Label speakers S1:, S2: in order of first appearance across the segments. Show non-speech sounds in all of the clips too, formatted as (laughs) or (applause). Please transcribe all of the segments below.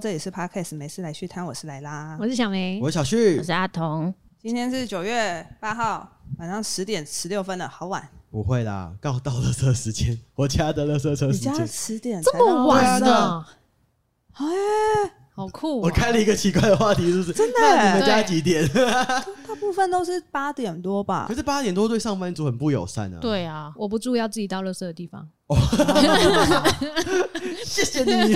S1: 这里是 Podcast，没事来续摊，我是莱拉。
S2: 我是小梅，
S3: 我是小旭
S4: 我，是阿童，
S1: 今天是九月八号晚上十点十六分了，好晚。
S3: 不会啦，刚好到垃圾时间， (laughs) 我家的垃圾车
S1: 你
S3: 时
S1: 家
S3: 间，
S1: 十点
S2: 这么晚
S3: 对啊
S2: 呢？哎，好酷！
S3: 我
S2: 哦！
S3: 开了一个奇怪的话题，是不是？
S1: 啊真的
S3: 那你
S1: 欸
S3: 们家几点？
S1: 大部分都是八点多吧
S3: 可。是八点多对上班族很不友善啊。，
S4: 对 (laughs) 啊，
S2: 我不住要自己到垃圾的地方，
S3: 谢谢
S1: (laughs)
S3: 你。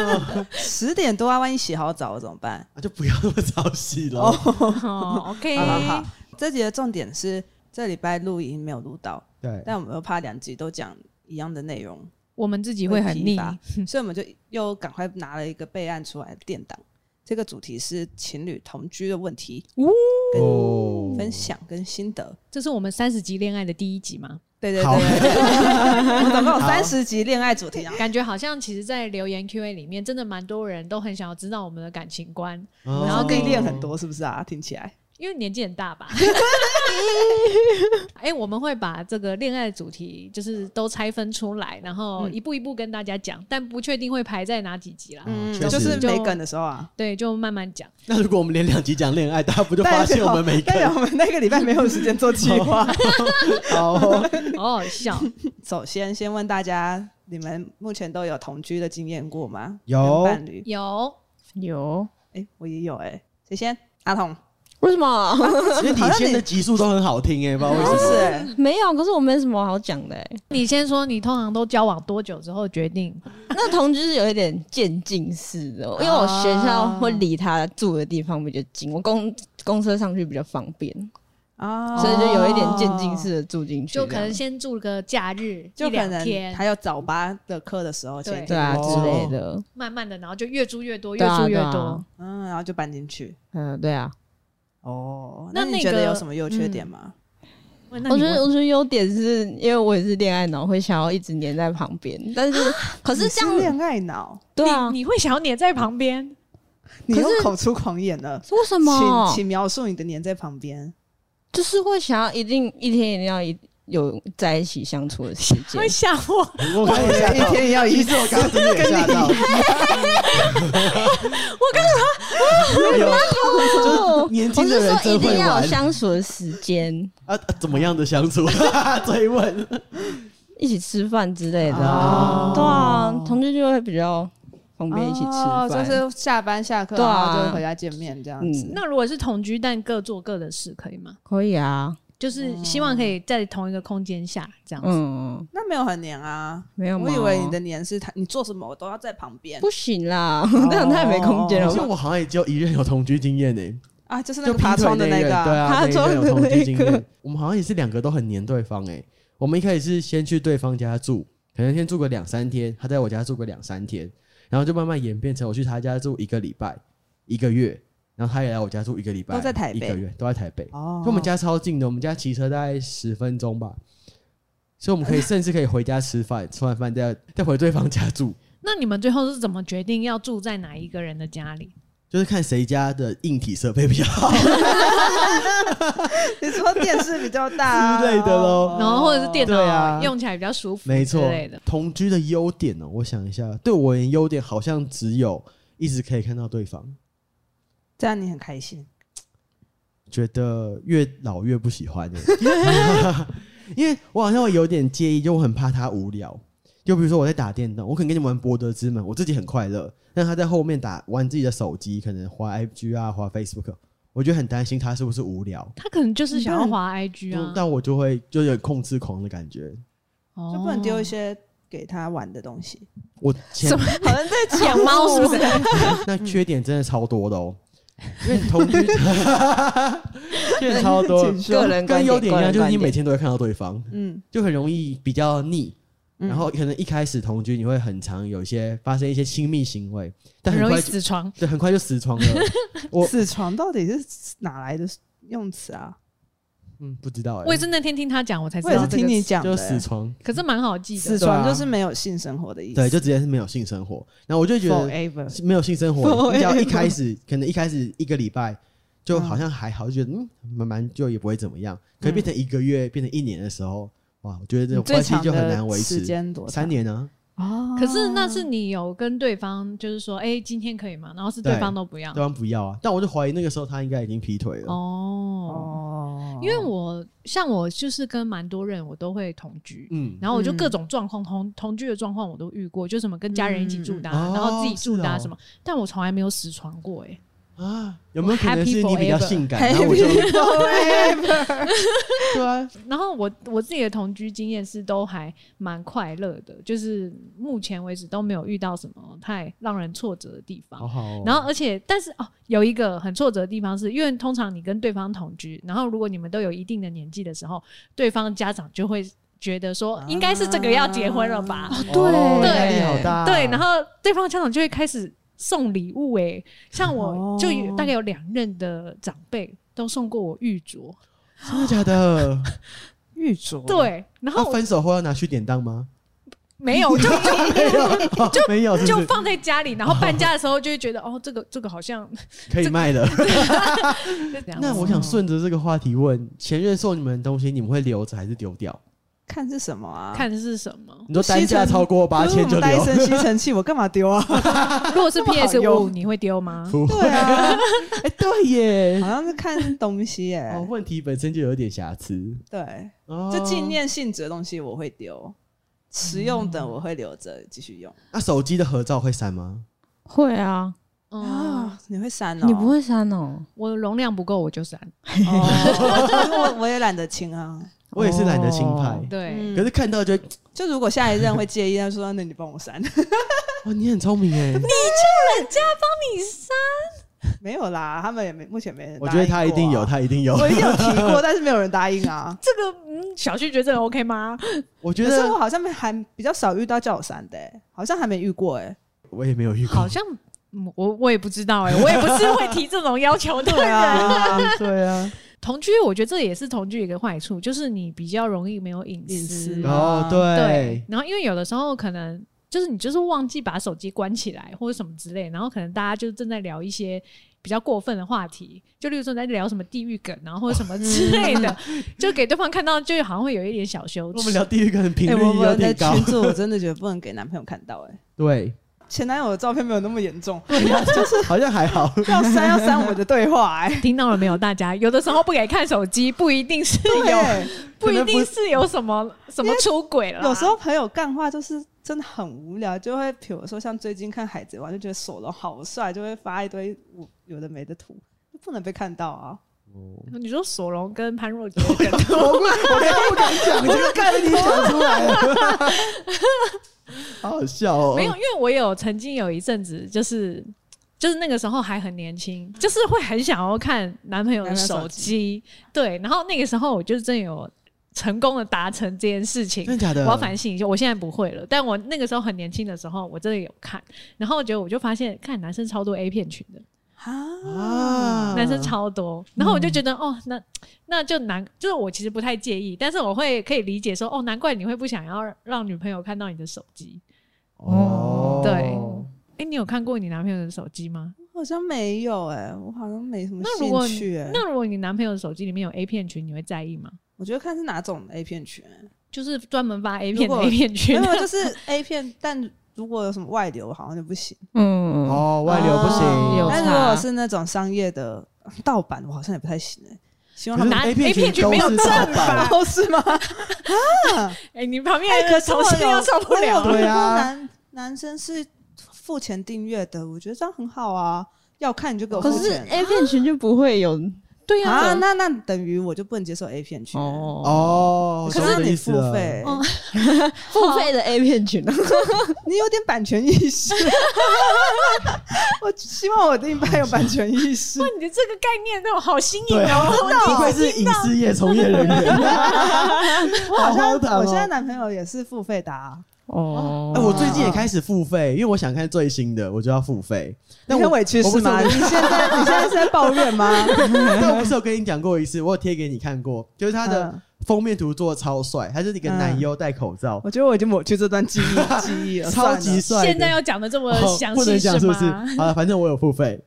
S3: 哦
S1: 十点多啊，万一洗好澡了怎么办？
S3: 啊就不要那么早洗了。
S2: 哦，OK，
S1: (laughs)
S4: (laughs)
S1: 好好好，这集的重点是这礼拜录音没有录到，
S3: 对，
S1: 但我们又怕两集都讲一样的内容，
S2: 我们自己会很腻
S1: 疲，乏 (laughs) 所以我们就又赶快拿了一个备案出来垫档。这个主题是情侣同居的问题，
S3: 哦
S1: 分享跟心得。
S2: 这是我们三十集恋爱的第一集嘛？
S1: 对对
S3: 好
S1: 对
S3: (laughs)
S1: 对，我们总共有三十集恋爱主题啊。
S2: 感觉好像其实，在留言 Q&A 里面，真的蛮多人都很想要知道我们的感情观，
S3: 哦
S1: 然后可以练很多，是不是啊？听起来
S2: 因为年纪很大 (laughs) 吧。哎、我们会把这个恋爱的主题就是都拆分出来，然后
S1: 嗯
S2: 一步一步跟大家讲，但不确定会排在哪几集啦。
S3: 嗯确实
S1: 就是
S2: 就
S1: 没梗的时候啊。
S2: 对，就慢慢 (laughs) 讲。
S3: 那如果我们连两集讲恋爱，大家不就发现我们没
S1: 代表
S3: 看？
S1: 我们那个礼拜没有时间做计
S3: (laughs)
S1: 划。
S3: 好哦，
S2: 好好笑，
S1: 首先，先问大家，你们目前都有同居的经验过吗？
S3: 有
S1: 跟伴侣？
S2: 有
S4: 有
S1: 哎、我也有哎、谁先？阿童，
S4: (laughs) 为什么
S3: 因为你先的集数都很好听哎，不知道为什
S1: 不
S3: 么。
S1: 是、欸，
S4: (laughs) 没有？可是我没什么好讲的欸。
S2: 你先说，你通常都交往多久之后决定？
S4: 那同居是有一点渐进式的，因为我学校会离他住的地方比较近，我公公车上去比较方便，
S1: 啊
S4: 哦所以就有一点渐进，式的住进去这
S2: 就
S4: 样，
S2: 可能先住个假日
S1: 就
S2: 一
S1: 可
S2: 两
S1: 能
S2: 天，
S1: 还有早八的课的时候
S2: 对
S1: 先
S4: 对啊
S1: 进
S4: 之
S1: 去
S4: 类的，
S2: 慢慢的，然后就越住越多，越
S4: 对啊
S2: 住越
S4: 对啊
S2: 多。
S1: 嗯，然后就搬进去。
S4: 嗯，对啊。
S1: 哦，
S2: 那
S1: 你
S2: 那
S1: 觉得
S2: 个
S1: 有什么优缺点吗？
S4: 嗯
S2: 喂那
S4: 我
S2: 你
S4: 觉得
S2: 问
S4: 我觉得优点是因为我也是恋爱脑，会想要一直黏在旁边，但是可
S1: 你
S4: 是这样
S1: 恋爱脑，
S4: 对啊，
S2: 你你会想要黏在旁边？
S1: 你
S4: 可
S1: 又
S4: 是
S1: 口出狂言了，
S4: 为什
S1: 请
S4: 么？
S1: 请描述你的黏在旁边。
S4: 就是会想要一定一天一定要一有在一起相处的时间
S2: (laughs) 会，想我，
S3: 我刚也吓
S1: 一
S3: 到，
S1: 天要一
S3: 其实我刚刚真的也吓到。
S1: (laughs)
S3: 我
S1: 啊
S3: 刚刚就是年
S4: 我
S3: 轻的
S4: 是
S3: 人
S4: 说一
S3: 真
S4: 定
S3: 会
S4: 要有
S3: 玩
S4: 相处的时间，
S3: 啊，啊怎么样的相处？ (laughs) 追问
S4: 一起吃饭之类的
S1: 哦
S4: 啊。对啊，同居就会比较方便一起吃
S1: 哦，
S4: 饭。
S1: 就是下班下课，
S4: 对啊
S1: 然后就回家见面这样子。
S4: 嗯，
S2: 那如果是同居，但各做各的事，可以吗？
S4: 可以啊，
S2: 就是希望可以在同一个空间下这样子。
S4: 嗯，
S1: 那没有很黏啊，
S4: 没有吗
S1: 我以为你的黏是他，你做什么我都要在旁边
S4: 不行啦， (laughs) 那样太没空间
S3: 可
S4: 了
S3: 是
S4: 吧。
S3: 我好像也只有一任有同居经验呢、
S1: 啊，就是那
S3: 就
S1: 个
S3: 劈
S1: 爬
S3: 腿
S1: 窗的
S3: 那
S1: 那个啊、
S3: 人对啊，
S4: 爬
S3: 那一任有
S4: 窗的
S3: 同居经
S4: 那个
S3: 验。我们好像也是两个都很黏对方哎、我们一开始是先去对方家住，可能先住个两三天，他在我家住个两三天，然后就慢慢演变成我去他家住一个礼拜、一个月，然后他也来我家住一个礼拜，
S1: 都在台北
S3: 一个月都在台北。
S1: 哦
S3: 所以我们家超近的，我们家骑车大概十分钟吧。所以我们可
S2: (laughs)
S3: 以甚至可以回家吃饭，吃完饭再再回对方家住，
S2: 那你们最后是怎么决定要住在哪一个人的家里？
S3: 就是看谁家的硬体设备比较好。
S1: (laughs)
S2: (laughs)
S1: 你说电视比较大、啊、
S3: 之类的咯
S2: 然后或者是电
S3: 对啊
S2: 脑用起来比较舒服
S3: 没
S2: 之
S3: 错
S2: 类的。，
S3: 同居的优点哦、我想一下，对我而言优点好像只有一直可以看到对方，
S1: 这样你很开心。
S3: 觉得越老越不喜欢欸 (laughs) 因为我好像会有点介意，就我很怕他无聊。就比如说我在打电动，我可能跟你们玩《博德之门》，我自己很快乐，但他在后面打玩自己的手机，可能滑 IG 啊，滑 Facebook，我就很担心他是不是无聊。
S2: 他可能就是想要滑 IG
S3: 就
S2: 啊，
S3: 但我就会就有点控制狂的感觉。
S2: 哦
S1: 就不能丢一些给他玩的东西，
S3: 我前
S1: 好像在
S2: 养猫是不
S4: (laughs)
S2: 是？
S3: 那缺点真的超多的哦，因为
S4: (laughs)
S3: 你同居，缺点超多。
S4: 个人观
S3: 跟
S4: 点
S3: 优点一
S4: 个
S3: 样，
S4: 人
S3: 就是你
S4: 观点
S3: 每天都会看到对方，
S1: 嗯，
S3: 就很容易比较腻。
S1: 嗯
S3: 然后可能一开始同居，你会很常有一些发生一些亲密行为，但
S2: 很
S3: 很
S2: 容
S3: 快
S2: 易
S3: 就 (laughs)
S2: 死床。
S3: 对，很快就死床了。我
S1: 死床到底是哪来的用词啊？
S3: 嗯，不知道
S2: 我
S3: 哎
S2: 也，是那天听他讲，我才知
S1: 我也
S2: 道
S1: 是
S2: 这欸
S1: 听
S2: 个
S1: 你
S2: 词，
S1: 讲的、
S3: 就死床，
S2: 可是蛮好记的。
S1: 死床就是没有性生活的意思，
S3: 对，就直接是没有性生活。然后我就觉得
S1: forever。
S3: 没有性生
S1: Forever
S3: 活，你只要一开始可能一开始一个礼拜
S2: 嗯
S3: 就好像还好，就觉得嗯慢慢就也不会怎么样。可是
S2: 嗯
S3: 变成一个月，变成一年的时候，哇，我觉得这
S1: 你
S3: 种
S1: 最
S3: 关系
S1: 长
S3: 就很
S1: 的
S3: 难维
S1: 时
S3: 持。
S1: 间多长
S3: 三？年呢、啊
S1: 哦
S2: 可是那是你有跟对方就是说，哎、今天可以吗？然后是对
S3: 对
S2: 方都不要
S3: 对方不要啊。但我就怀疑那个时候他应该已经劈腿了。
S2: 哦。
S1: 哦
S2: 因为我像我就是跟蛮多人，我都会同居，
S3: 嗯，
S2: 然后我就
S1: 嗯
S2: 各种状况同同居的状况我都遇过，就什么跟家人一起住的、
S3: 嗯
S2: 啊，
S3: 嗯嗯
S2: 然后自己住的、啊、
S3: 哦
S2: 什么，但我从来没有实床过哎、
S3: 啊，有没有可
S2: Happy
S3: 能是你比较
S2: forever
S3: 性感，然后
S2: (laughs)
S3: 我就
S1: Happy forever
S3: 对啊，
S2: 然后我我自己的同居经验是都还蛮快乐的，就是目前为止都没有遇到什么太让人挫折的地方。
S3: 好好哦。
S2: 然后，而且，但是哦，有一个很挫折的地方是，因为通常你跟对方同居，然后如果你们都有一定的年纪的时候，对方家长就会觉得说，应该是这个要结婚了吧？
S3: 哦
S2: 对
S3: 压力好大。
S2: 对，然后对方家长就会开始送礼物、诶，像
S1: 哦
S2: 我就有大概有两任的长辈都送过我玉镯，
S3: 真的假的？
S1: 玉镯，
S2: 对，然
S3: 他
S2: 后
S3: 分手后要拿去典当吗？
S2: 没有就
S3: (laughs) 没有，就没有，是不
S2: 就是放在家里，然后搬家的时候就会觉得，哦，这个这个好像
S3: 可以卖了？ (laughs)
S2: 就这样子
S3: 那我想顺着这个话题问，前任送你们的东西，你们会留着还是丢掉？
S1: 看是什么啊？嗯
S2: 看是什么。
S3: 你说单价超过八千就
S1: 戴
S3: (laughs) 留？
S1: 森吸尘器，我干嘛丢啊？
S2: 如果是 PS 五，
S1: 用
S2: 你会丢吗？
S3: 不
S1: 对啊，
S3: (laughs) 哎，对耶 (laughs)
S1: 好。像是看东西耶、
S3: 哦，问题本身就有点瑕疵。
S1: 对，
S3: 哦
S1: 就纪。念性质的东西我会丢，实用的我会留着继续用。
S3: 那手机的合照会删吗？
S4: 会啊，
S2: 嗯，
S1: 啊，你会删哦？
S4: 你不会删哦？
S2: 我容量不够，我就删。
S1: 哦？我我也懒得清啊。
S3: 我也是懒得轻拍
S4: 哦，
S2: 对，
S1: 嗯
S3: 可是看到就会
S1: 就如果下一任会介意，他说那你帮我删，
S3: 哦， (laughs) 你很聪明哎。
S1: 没有啦，他们也没目前没人、
S3: 我觉得他一定有，，
S1: (laughs)
S3: 他一定有。
S1: 啊我一定有提过，但是没有人答应啊。
S2: 这个嗯，小旭觉得这个 OK 吗？
S3: (laughs) 我 (laughs) 觉
S1: 可是
S3: 得
S1: 我好像还比较少遇到叫我删的、欸，好像还没遇过哎、
S3: 我也没有遇过。
S2: 好像嗯我我也不知道哎，我也不是会提这种要求的 (laughs) 人。
S1: 啊，
S3: 对啊，
S2: 同居，我觉得这也是同居一个坏处，就是你比较容易没有隐
S1: 隐
S2: 私
S1: 私。
S3: 哦
S2: 对
S3: 对，，
S2: 然后因为有的时候可能就是你就是忘记把手机关起来或者什么之类，然后可能大家就正在聊一些比较过分的话题，就例如说你在聊什么地狱梗，然后或者什么之类
S3: (laughs)
S2: 的，就给对方看到，就好像会有一点小羞
S3: 哦我们
S2: 耻。
S3: 聊地狱梗的 (laughs) 频
S1: 哎、
S3: 率
S1: 我
S3: 有
S1: 们的
S3: 点高
S1: 群。组我真的觉得不能给男朋友看到哎、
S3: 对，
S1: (laughs) 前男友的照片没有那么严重，
S3: 好像还好。
S1: 要删要删我们的对话 (laughs) 哎、
S2: (laughs) 听到了没有，大家？有的时候不给看手机，不一定是有，
S1: 有
S2: 不
S3: 可
S2: 一
S3: 能
S2: 定
S3: 不
S2: 是有什么什么出轨了。
S1: 有时候朋友干话就是真的很无聊，就会比如说像最近看《海贼王》就觉得索隆好帅，就会发一堆我有的没的图，就不能被看到啊。
S2: 你说索隆跟潘若杰的梗图，
S3: 我不我连都不敢
S2: (laughs)
S3: 讲，你这个概念你讲出来了，好好笑哦。
S2: 没有，因为我有曾经有一阵子，就是就是那个时候还很年轻，就是会很想要看男朋友的
S1: 男朋友手
S2: 手机，对，然后那个时候我就真的有成功的达成这件事情
S3: 真。的假
S2: 我
S3: 的？
S2: 要反省一下，我现在不会了。但我那个时候很年轻的时候，我真的有看，然后结果我就发现，看男生超多 A 片群的，
S1: 啊嗯
S3: 啊，
S2: 男生超多，然后我就觉得、哦，那那就难，就是我其实不太介意，但是我会可以理解说，哦，难怪你会不想要让女朋友看到你的手机。
S3: 哦，
S2: 对哎、你有看过你男朋友的手机吗？
S1: 好像没有哎、我好像没什么
S2: 那如果
S1: 兴趣哎、
S2: 那如果你男朋友手机里面有 A 片群，你会在意吗？
S1: 我觉得看是哪种 A 片群、欸，
S2: 就是专门发 A 片的
S1: 如果
S2: A 片
S1: 没
S2: 群，
S1: 有就是
S2: (laughs)
S1: A 片，但如果有什么外流，好像就不行。
S4: 嗯，
S3: 哦，外流不
S1: 哦
S3: 行
S4: 有。
S1: 但如
S4: 差
S1: 果是那种商业的盗版，我好像也不太行哎、希望他
S3: 可
S1: 们
S3: 是
S2: 拿
S3: A
S2: A 片
S3: 片
S2: 群
S3: 都
S2: 没有
S3: 是盗
S2: 正
S3: 版，
S1: 都 (laughs) 是吗？
S2: 哎、你旁边
S1: 哎，
S2: 的
S1: 可
S2: 人
S1: 是
S2: 手
S1: 我
S2: 机
S1: 有
S2: 又受不
S1: 我有
S2: 了
S1: 看
S3: 对
S1: 过
S3: 啊
S1: 男男生是付钱订阅的，我觉得这样很好啊。要看你就给我
S4: 可
S1: 付
S4: 是哎
S1: 钱。
S4: A 片群就不会有
S2: 对呀、
S1: 啊，
S2: 啊，
S1: 那那等于我就不能接受 A 片群。
S4: 哦
S3: 哦，
S1: 可
S3: 懂
S1: 是
S3: 你的
S1: 你
S3: 意思
S1: 付
S3: 了
S1: 费，
S2: 哦
S4: 付费的 A 片群啊，
S1: 你有点版权意识。 (laughs) 我希望我的另一半有版权意识
S2: 哇。，你的这个概念让我好新颖
S3: 对啊
S2: 哦、
S3: 不愧是影视业从业人
S2: (laughs)
S3: 员，
S1: 我好像
S3: 好荒唐哦
S1: 我现在男朋友也是付费的啊。
S4: 哦
S3: 哎，我最近也开始付费，因为我想看最新的，我就要付费。
S1: 你
S3: 但
S1: 很
S3: 我
S1: 委屈
S3: 我不
S1: 是吗？
S3: 我
S1: 你现在你现在是在抱怨吗？
S3: (laughs) 但我不是有跟你讲过一次，我有贴给你看过，就是他的
S1: 嗯
S3: 封面图做的超帅，他是一个男优戴口罩，
S1: 我觉得我已经抹去这段记忆记忆了，
S3: 超
S1: 嗯
S3: 级
S1: 算
S3: 帅的。
S2: (laughs) 现在要讲的这么
S3: 哦
S2: 详
S3: 不能
S2: 细
S3: 讲是不是？
S2: 吗？
S3: 好了，反正我有付费。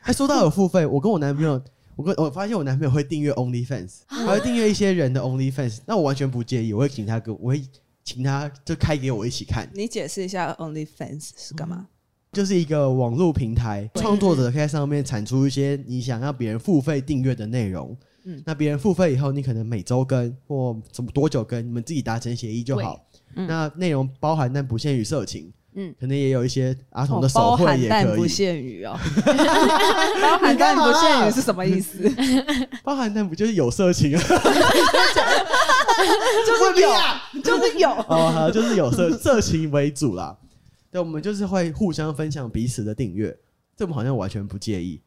S3: 哎，说到有付费，我跟我男朋友，我跟我发现我男
S2: 啊
S3: 朋友会订阅 OnlyFans，还会订阅一些人的 OnlyFans，那我完全不介意，我会请他给我，我会请他就开给我一起看，
S1: 你解释一下 OnlyFans 是干嘛？
S3: 就是一个网络平台，
S2: 对
S3: 创作者可以在上面产出一些你想要别人付费订阅的内容。
S1: 嗯
S3: 那别人付费以后，你可能每周更或怎么多久更，你们自己达成协议就好。
S1: 对嗯
S3: 那内容包含但不限于色情，
S1: 嗯，
S3: 可能也有一些儿童
S1: 哦
S3: 的手
S1: 包
S3: 绘
S1: 含
S3: 也
S1: 但
S3: 可
S1: 不
S3: 以，
S1: 限于
S3: (laughs)
S1: 哦，包含但不限于是什么意思？
S3: 包含但不就是有色情啊？
S1: (laughs) 就是有，就是有。
S3: 哦，好，就是有色色情为主啦。对，我们就是会互相分享彼此的订阅，这我们好像完全不介意。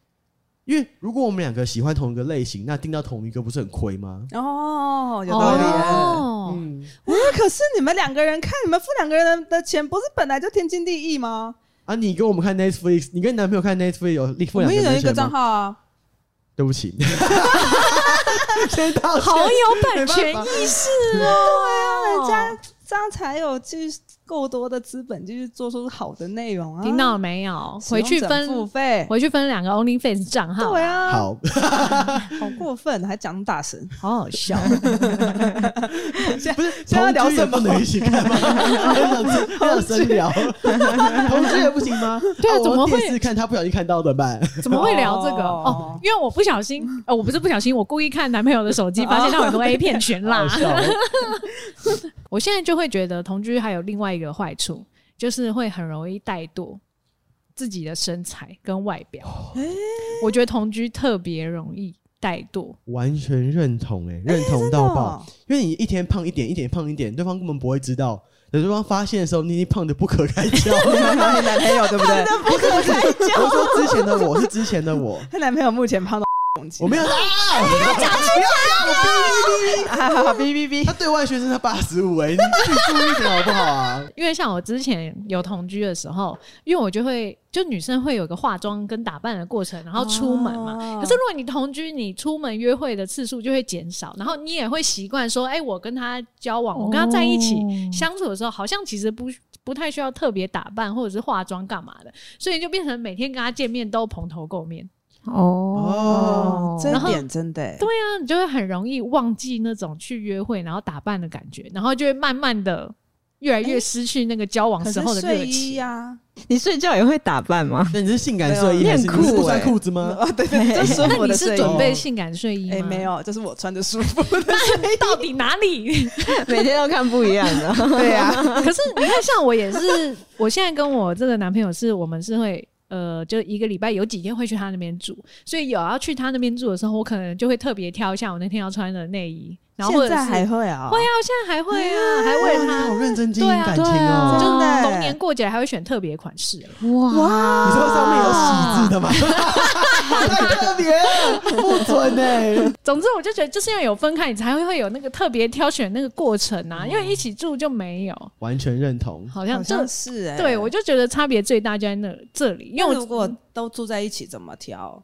S3: 因为如果我们两个喜欢同一个类型，那订到同一个不是很亏吗？
S1: 哦，有道理耶。
S2: 哦，
S3: 嗯，
S1: 哇，啊可是你们两个人看，你们付两个人的钱，不是本来就天经地义吗？
S3: 啊，你跟我们看 Netflix，你跟你男朋友看 Netflix 有另
S1: 我
S3: 付
S1: 们
S3: 两
S1: 一
S3: 个
S1: 人
S3: 人
S1: 一个
S3: 选
S1: 账
S3: 吗？
S1: 号啊。
S3: 对不起，先道歉
S2: 好。有版权
S3: 没办法
S2: 意识
S1: (laughs) 对
S2: 哦，
S1: 啊，人家这样才有继续够多的资本继续做出好的内容啊。
S2: 听到了没有？
S1: 使
S2: 回
S1: 用
S2: 去
S1: 者付
S2: 分
S1: 费，
S2: 回去分两个 OnlyFans 账号，
S1: 对，啊，
S3: 好，
S1: (laughs) 好过分，还讲大神。
S2: 好好笑。啊
S3: 不 (laughs) 是
S1: 现在要聊
S3: 同居也
S1: 什么
S3: 不能一起
S1: (laughs)
S3: 看吗？很想很想深聊，同居也不行
S1: (laughs)
S3: 吗？
S2: 对啊
S3: 哦我
S2: 怎么会
S3: 电视看他不小心看到怎么办？
S2: 怎么会聊这个？
S1: 哦
S2: 哦，因为我不小心，呃，我不是不小心，我故意看男朋友的手机，发现他有很多 A 片全
S3: 好
S2: 辣。
S3: 笑哦。
S2: 我现在就会觉得同居还有另外一个坏处，就是会很容易怠惰自己的身材跟外表。
S1: 哦
S2: 我觉得同居特别容易怠惰。
S3: 完全认同哎、认同到
S1: 哦
S3: 爆、因为你一天胖一点，一点胖一点，对方根本不会知道。等对方发现的时候，你已经胖的不可开
S1: (laughs)
S3: 交了。
S1: 真的哦，你男朋友对不
S3: (laughs)
S1: 对？
S3: 我说之前的我是之前的我，
S1: 她男朋友目前胖到公斤
S3: (laughs) 我没有啊， (laughs)
S1: 啊，好好哔哔哔。
S3: 他对外宣称他八十五哎，你自己注意一点好不好啊？
S2: 因为像我之前有同居的时候，因为我就会就女生会有个化妆跟打扮的过程，然后出门嘛。
S1: 哦
S2: 可是如果你同居，你出门约会的次数就会减少，然后你也会习惯说，哎、我跟他交
S4: 哦
S2: 往，我跟他在一起、相处的时候，好像其实不不太需要特别打扮或者是化妆干嘛的，所以就变成每天跟他见面都蓬头垢面。
S1: 哦
S4: 哦，，
S1: 这
S2: 然
S1: 一
S2: 后
S1: 点真的欸，
S2: 对啊，你就会很容易忘记那种去约会然后打扮的感觉，然后就会慢慢的越来越失去那个交往
S1: 可是
S2: 时候的热
S1: 睡衣啊
S2: 情。
S1: 呀，
S4: 你睡觉也会打扮 (laughs) 吗？
S3: (laughs) 那你是性感睡
S4: 没
S3: 衣
S4: 有
S3: 还是
S4: 你
S3: 你
S4: 很
S3: 是
S4: 酷
S3: 啊不穿
S4: 欸
S3: 裤子吗？
S1: 哦，对对，就舒
S2: 那
S1: 服
S2: 哎你
S1: 的
S2: 是
S1: 睡
S2: 准
S1: 衣。
S2: 备性感睡衣
S1: 哎，
S2: 吗？哎
S1: 没，有，就是我穿的舒服。
S2: 到底哪里？
S4: 每天都看不一样的。
S1: 对呀，
S2: (laughs) 可是你看，像我也是， (laughs) 我现在跟我这个男朋友是我们是会。呃，就一个礼拜有几天会去他那边住，所以有要去他那边住的时候，我可能就会特别挑一下我那天要穿的内衣，然后或
S1: 现
S2: 者
S1: 在
S2: 是
S1: 还会啊？
S2: 会啊，我现在还会啊，还为
S3: 哇你好
S2: 他，
S3: 认真经营
S2: 对啊
S3: 感情
S4: 对啊
S3: 哦、
S1: 真的欸
S2: 逢年过节还会选特别款式、欸
S4: 哇，
S3: 你说上面有喜字的 (laughs) 吗？太特别了，不准哎、
S2: 总之，我就觉得就是因为有分开，你才会会有那个特别挑选那个过程啊，因为一起住就没有，
S3: 完全认同。
S1: 嗯好
S2: 好像就
S1: 像是哎。
S2: 对我就觉得差别最大就在那这里，
S1: 因
S2: 因为
S1: 为嗯
S2: 我
S1: 如果都住在一起，怎么挑？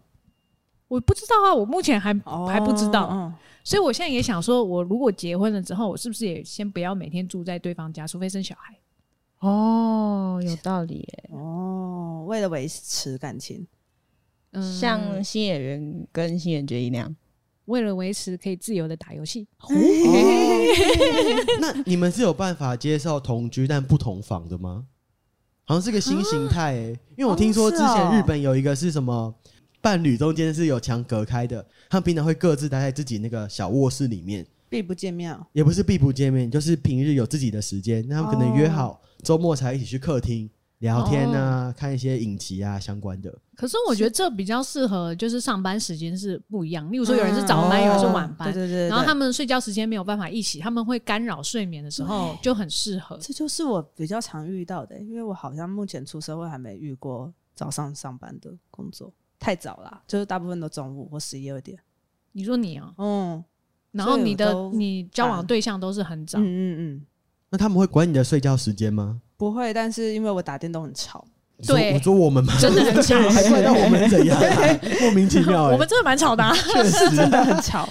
S2: 我不知道啊，我目前还、
S1: 哦
S2: 还不知道，
S1: 嗯
S2: 所以我现在也想说，我如果结婚了之后，我是不是也先不要每天住在对方家，除非生小孩？
S4: 哦，有道理耶。
S1: 哦，为了维持感情，
S2: 嗯，
S4: 像新演员跟新演决一那样，
S2: 为了维持可以自由的打游戏，
S3: 哦那你们是有办法接受同居但不同房的吗？好像是个新形态诶、因为我听说之
S1: 哦是
S3: 前
S1: 哦
S3: 日本有一个是什么伴侣中间是有墙隔开的，他们平常会各自待在自己那个小卧室里面，
S1: 必不见面哦。
S3: 也不是必不见面，就是平日有自己的时间，那他们可能约好周末才一起去客厅聊天啊，看一些影集啊相关的。
S2: 可是我觉得这比较适合，就是上班时间是不一样。例如说，有人是早班，有人是晚
S1: 嗯
S2: 班，
S1: 哦对对对。对
S2: 然后他们睡觉时间没有办法一起，他们会干扰睡眠的时候就很适合。
S1: 这就是我比较常遇到的、因为我好像目前出社会还没遇过早上上班的工作，太早啦，就是大部分都中午或十一二点。
S2: 你说你啊，
S1: 嗯
S2: 然后你
S1: 所以
S2: 的
S1: 我都
S2: 你交往对象都是很早
S1: 嗯，嗯嗯，
S3: 那他们会管你的睡觉时间吗？
S1: 不会，但是因为我打电动很 (laughs) 吵，
S3: 你说
S2: 对
S3: 我说我们
S2: (laughs)
S3: 吗？
S2: 真的很吵
S3: 还怪到我们怎样、啊莫名其妙、欸。
S2: (laughs) 我们真的蛮吵的、啊。
S3: 确实
S1: 真的很 (laughs) 吵。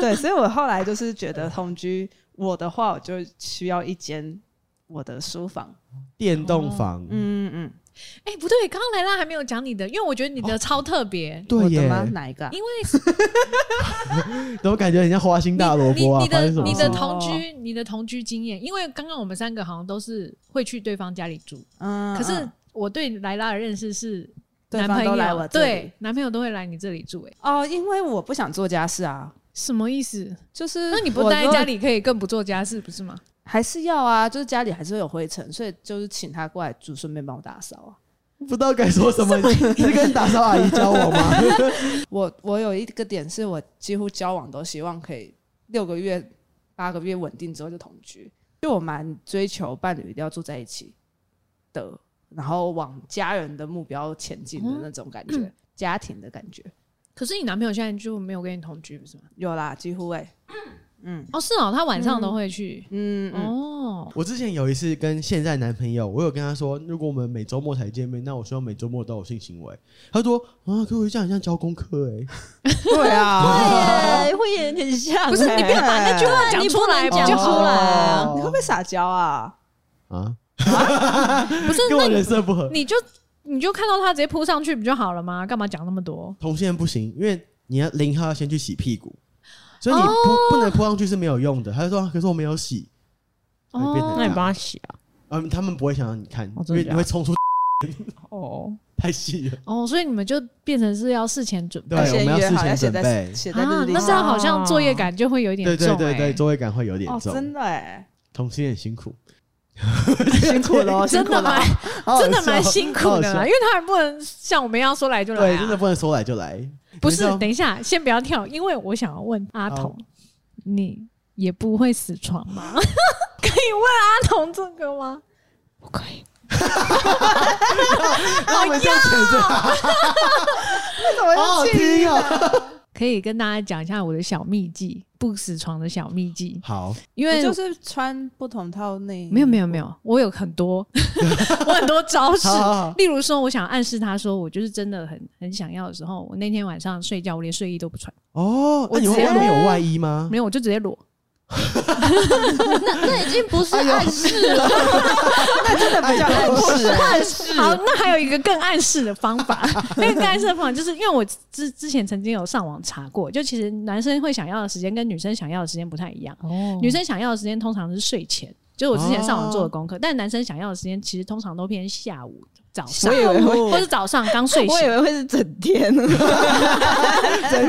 S1: 对，所以我后来就是觉得同居，我的话我就需要一间我的书房。
S3: 电动房，
S1: 嗯嗯嗯，
S2: 哎、不对，刚刚莱拉还没有讲你的，因为我觉得你的超特别，
S3: 对
S1: 我的
S3: 耶，
S1: 吗？哪一个啊？
S2: 因为
S3: 怎么感觉很像花心大萝卜啊？
S2: 你
S3: 发
S2: 的
S3: 生什么
S2: 你
S3: 事
S2: 的？同居，你的同居经验，因为刚刚我们三个好像都是会去对方家里住，
S1: 嗯，
S2: 可是
S1: 嗯
S2: 我对莱拉的认识是
S1: 对
S2: 男
S1: 方
S2: 朋
S1: 都
S2: 友
S1: 来我这里
S2: 对男朋友都会来你这里住、哎，
S1: 哦，因为我不想做家事啊，
S2: 什么意 (laughs) 思？
S1: 就是
S2: 那你不
S1: 我
S2: 待在
S1: 如果
S2: 家里，可以更不做家事，不是吗？
S1: 还是要啊，就是家里还是会有灰尘，所以就是请他过来住，顺便帮我打扫啊。
S3: 不知道该说什么，你是跟打扫阿姨交往吗？
S1: 我我有一个点是我几乎交往都希望可以六个月、八个月稳定之后就同居，就我蛮追求伴侣一定要住在一起的，然后往家人的目标前进的那种感觉，家庭的感觉
S2: 可是你男朋友现在就没有跟你同居，不是吗？
S1: 有啦，几乎哎、嗯
S2: 哦，是哦，他晚上都会去。
S1: 嗯嗯，
S2: 哦，
S3: (laughs) 我之前有一次跟现在男朋友，我有跟他说，如果我们每周末才见面，那我希望每周末都有性行为。他说啊，可我这样很像教功课哎、
S1: 对啊，
S4: 对耶，会有点像。哎
S2: 不是你不要把那句话讲出来
S4: 讲
S2: 吧，
S4: 出来啊，
S1: 你会不会撒娇啊？
S3: 啊，
S2: 不是
S3: 跟我人设不合
S2: 那，你就你就看到他直接扑上去不就好了吗？干嘛讲那么多？
S3: 同性恋不行，因为你要零号要先去洗屁股，所以你
S2: 哦
S3: 不、不能扑上去是没有用的。他就说、啊可是我没有洗，会哎变成
S2: 哦
S3: 这样
S4: 他洗啊？
S3: 嗯，他们不会想让你看，
S4: 哦
S3: 因
S4: 真的
S3: 为
S4: 假
S3: 你
S4: 的
S3: 会冲出
S4: 哦，
S3: 太细了。
S2: 哦，所以你们就变成是要事前准备
S3: 对，我
S1: 先
S3: 们
S1: 约
S3: 事
S1: 好，
S3: 前
S1: 写
S3: 准
S1: 在
S3: 备。
S1: 写在
S2: 啊
S1: 日，历
S2: 那这
S1: 上。
S2: 样好像作业感就会有一点
S3: 对
S2: 重、欸。
S3: 对对对，周围感会有点
S1: 哦，
S3: 重，
S1: 真的
S3: (laughs)
S1: 哎、
S3: 同性恋辛苦，
S1: 辛苦了哦，辛
S2: (laughs) 真
S1: 苦
S2: 的
S1: 了
S2: 蛮
S1: 哦。
S3: 好好
S2: 真的蛮
S3: 笑
S2: 辛苦的
S3: 好好
S2: 啦，
S3: 笑
S2: 因为他还不能像我们一样说来就来
S3: 对，真的
S2: 啊。
S3: 不能说来就来。
S2: 不
S3: 你知
S2: 是
S3: 道，
S2: 等一下，先不要跳，因为我想要问阿
S3: 好
S2: 童，你也不会死床吗？ (laughs) 可以问阿童这个吗？不可以。
S3: 那我们这样选择，
S2: 哦
S3: (laughs)
S1: 那怎么
S3: 好好
S1: 要去
S3: 听哦。
S2: 可以跟大家讲一下我的小秘技，不死床的小秘技，
S3: 好，
S2: 因
S1: 不
S2: 为
S1: 就是穿不同套内，
S2: 没有没有没有，我有很多， (laughs) 我很多招式
S3: 好。好好
S2: 例如说，我想暗示他说，我就是真的很很想要的时候，我那天晚上睡觉，我连睡衣都不穿，
S3: 哦，那你
S1: 我
S3: 会
S1: 觉
S3: 外
S1: 得
S3: 面有外衣吗？
S2: 没有，我就直接裸。
S4: 那那已经不是暗示了，
S1: 那真的
S4: 啊
S2: 哎
S1: 比较暗示欸。
S4: 暗示
S2: 好，那还有一个更暗示的方法， (laughs) 那个更暗示的方法就是因为我之之前曾经有上网查过，就其实男生会想要的时间跟女生想要的时间不太一样，
S4: 哦
S2: 女生想要的时间通常是睡前，就是我之前上网做的功课，但男生想要的时间其实通常都偏下午、早上
S4: 我。以为会，
S2: 或是早上刚睡
S4: 我以
S2: 醒，
S4: 为会是整天， (laughs)
S2: 没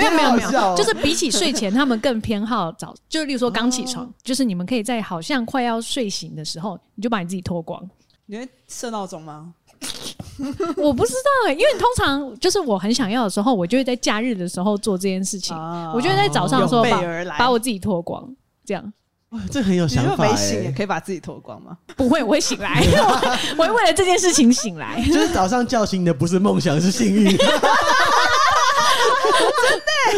S2: 有没有没
S3: 好笑
S2: 有，
S3: 哦
S2: 就是比起睡前，他们更偏好
S1: (laughs)
S2: 早，就例如说刚起
S1: 哦
S2: 床，就是你们可以在好像快要睡醒的时候，你就把你自己脱光，
S1: 你会设闹钟吗？
S2: 我不知道、欸，因为通常就是我很想要的时候，我就会在假日的时候做这件事情。
S1: 啊
S2: 我就会在早上的时候
S1: 有备
S2: 把
S1: 而来
S2: 把我自己脱光，这
S1: (laughs)
S2: 样
S3: 哇这很有
S1: 你如
S3: 想
S1: 果
S3: 法
S1: 没醒也
S2: 啊
S3: 哎。
S1: 可以把自己脱光吗？
S2: 不会，我会醒来，我会为了这件事情醒来。
S3: 就是早上叫醒你的不是梦想，是性欲。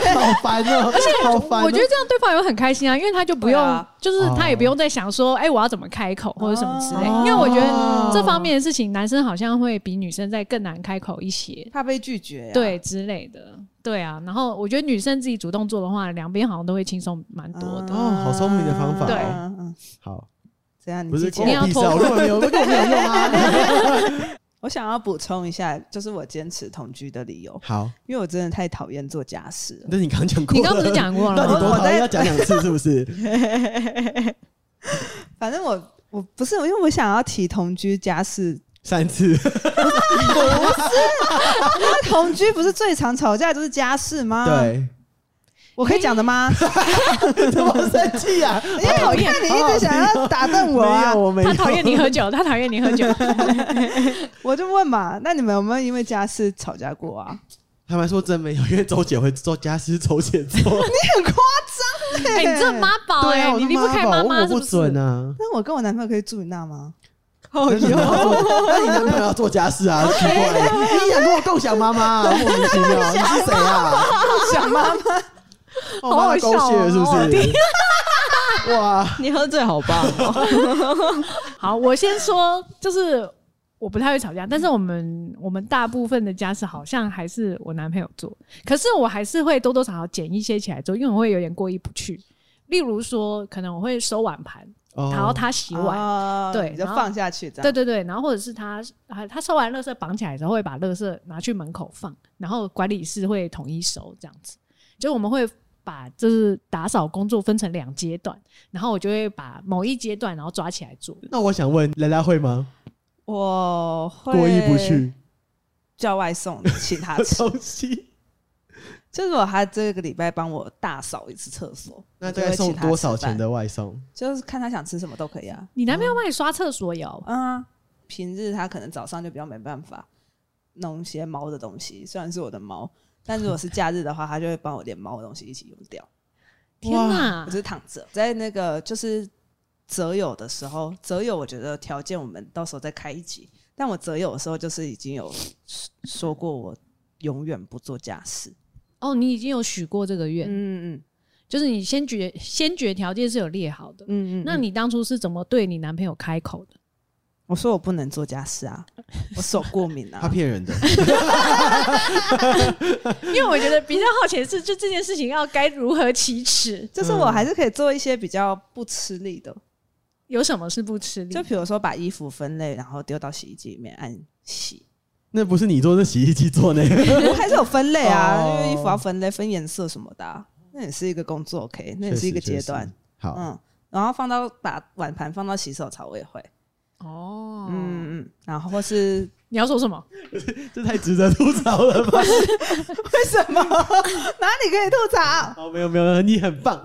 S3: 真的，好烦哦，好烦哦。
S2: 我觉得这样对方也会很开心啊，因为他就不用，
S1: 对啊
S2: 就是他也不用再想说，哎、我要怎么开口或者什么之类。
S1: 哦
S2: 因为我觉得这方面的事情，男生好像会比女生再更难开口一些，
S1: 怕被拒绝、啊，
S2: 对之类的。对啊，然后我觉得女生自己主动做的话，两边好像都会轻松蛮多的。
S3: 哦好聪明的方法
S2: 对
S1: 啊嗯嗯
S3: 好，
S1: 怎样？你
S3: 不是
S1: 自己
S2: 一定要
S3: 关我屁事啊，我
S2: 脱
S3: 根本没有，我根本没有
S2: (laughs)
S3: 用啊。
S1: 我想要补充一下，就是我坚持同居的理由，
S3: 好，
S1: 因为我真的太讨厌做家事了。
S3: 那你刚讲过了，
S2: 你刚不是讲过
S3: 到
S2: 了
S3: 底
S2: 吗？
S3: 多
S1: 我
S3: 讨
S1: 在
S3: 厌要讲两次是不是？
S1: 反正我我不是，因为我想要提同居家事。
S3: 三次， (laughs)
S1: 同居不是最常吵架就是家事
S2: 啊
S1: 吗？，
S3: 对，(laughs)
S2: (laughs)
S3: 哎
S1: 我可以讲的吗？
S3: 怎么生气啊？
S1: (laughs) 因为我看你一直想要打断我
S3: 没
S1: 啊
S3: 有，，我没有
S2: 他讨厌你喝酒，他讨厌你喝酒。
S1: 我就问嘛，那你们有没有因为家事吵架过啊？
S3: 他们说真没有，因为周姐会做家事，周姐做。
S1: 很夸张
S2: 哎、
S1: 欸
S2: 你这妈宝
S3: 对
S2: 哎、
S3: 啊，我
S2: 你
S3: 是
S2: 离不开
S3: 宝
S2: 妈
S3: 我
S2: 妈
S3: 我
S2: 是
S3: 不
S2: 是？
S3: 准啊！
S1: 那我跟我男朋友可以住你那吗？
S3: 那你男朋友做那你男朋友要做家事啊？奇怪，你想跟我共享妈妈啊？莫名其妙，你是谁啊？
S1: 想妈妈，
S3: 我妈妈狗血是不是？ (laughs) 哇，
S4: 你喝醉好棒哦！
S2: 好，我先说，就是我不太会吵架，但是我们我们大部分的家事好像还是我男朋友做，可是我还是会多多少少捡一些起来做，因为我会有点过意不去。例如说，可能我会收碗盘，
S3: 哦
S2: 然后他洗碗，
S1: 啊
S2: 对
S1: 你就
S2: 然后
S1: 放下去这样。
S2: 对对对，然后或者是他啊，他收完垃圾绑起来之后，会把垃圾拿去门口放，然后管理室会统一收这样子。就我们会把就是打扫工作分成两阶段，然后我就会把某一阶段然后抓起来做。
S3: 那我想问，莱拉会吗？
S1: 我会
S3: 过意不去，
S1: 叫外送请他
S3: (laughs)
S1: 吃。
S3: 东西。
S1: 就是我他这个礼拜帮我大扫一次厕所，
S3: 那
S1: 我就
S3: 大概
S1: 会
S3: 送
S1: 请他
S3: 多
S1: 吃
S3: 少钱
S1: 饭？
S3: 的外送？
S1: 就是看他想吃什么都可以啊。
S2: 你男朋友帮你刷厕所有？
S1: 嗯，平日他可能早上就比较没办法弄一些猫的东西，虽然是我的猫，但如果是假日的话，他就会帮我连猫的东西一起用掉。
S2: 天哪
S1: 我！就是躺着，在那个就是择友的时候，择友我觉得条件我们到时候再开一集。但我择友的时候，就是已经有说过我永远不做家事。
S2: 哦，你已经有许过这个愿，
S1: 嗯嗯
S2: 就是你先决先决条件是有列好的。
S1: 嗯嗯
S2: 那你当初是怎么对你男朋友开口的？
S1: 我说我不能做家事啊，我手过敏
S3: (laughs) 他
S1: 啊。
S3: 骗人的，
S2: 因为我觉得比较好奇的是，就这件事情要该如何启齿？
S1: 就是我还是可以做一些比较不吃力的，
S2: 有什么是不吃力的？
S1: 就比如说把衣服分类，然后丢到洗衣机里面按洗，
S3: 那不是你做，是洗衣机做那个。
S1: 我还是有分类啊，
S3: 哦
S1: 因为衣服要分类、分颜色什么的啊、那也是一个工作，OK，那也是一个
S3: 确
S1: 阶
S3: 实
S1: 段。。
S3: 确实好，
S1: 嗯，然后放到把碗盘放到洗手槽，我也会，
S2: 哦，嗯，
S1: 嗯嗯，然后或是
S2: 你要说什么？
S3: 这太值得吐槽了吧？
S1: 为什么 (laughs) 哪里可以吐槽？
S3: (laughs) 哦，没有没有，你很棒。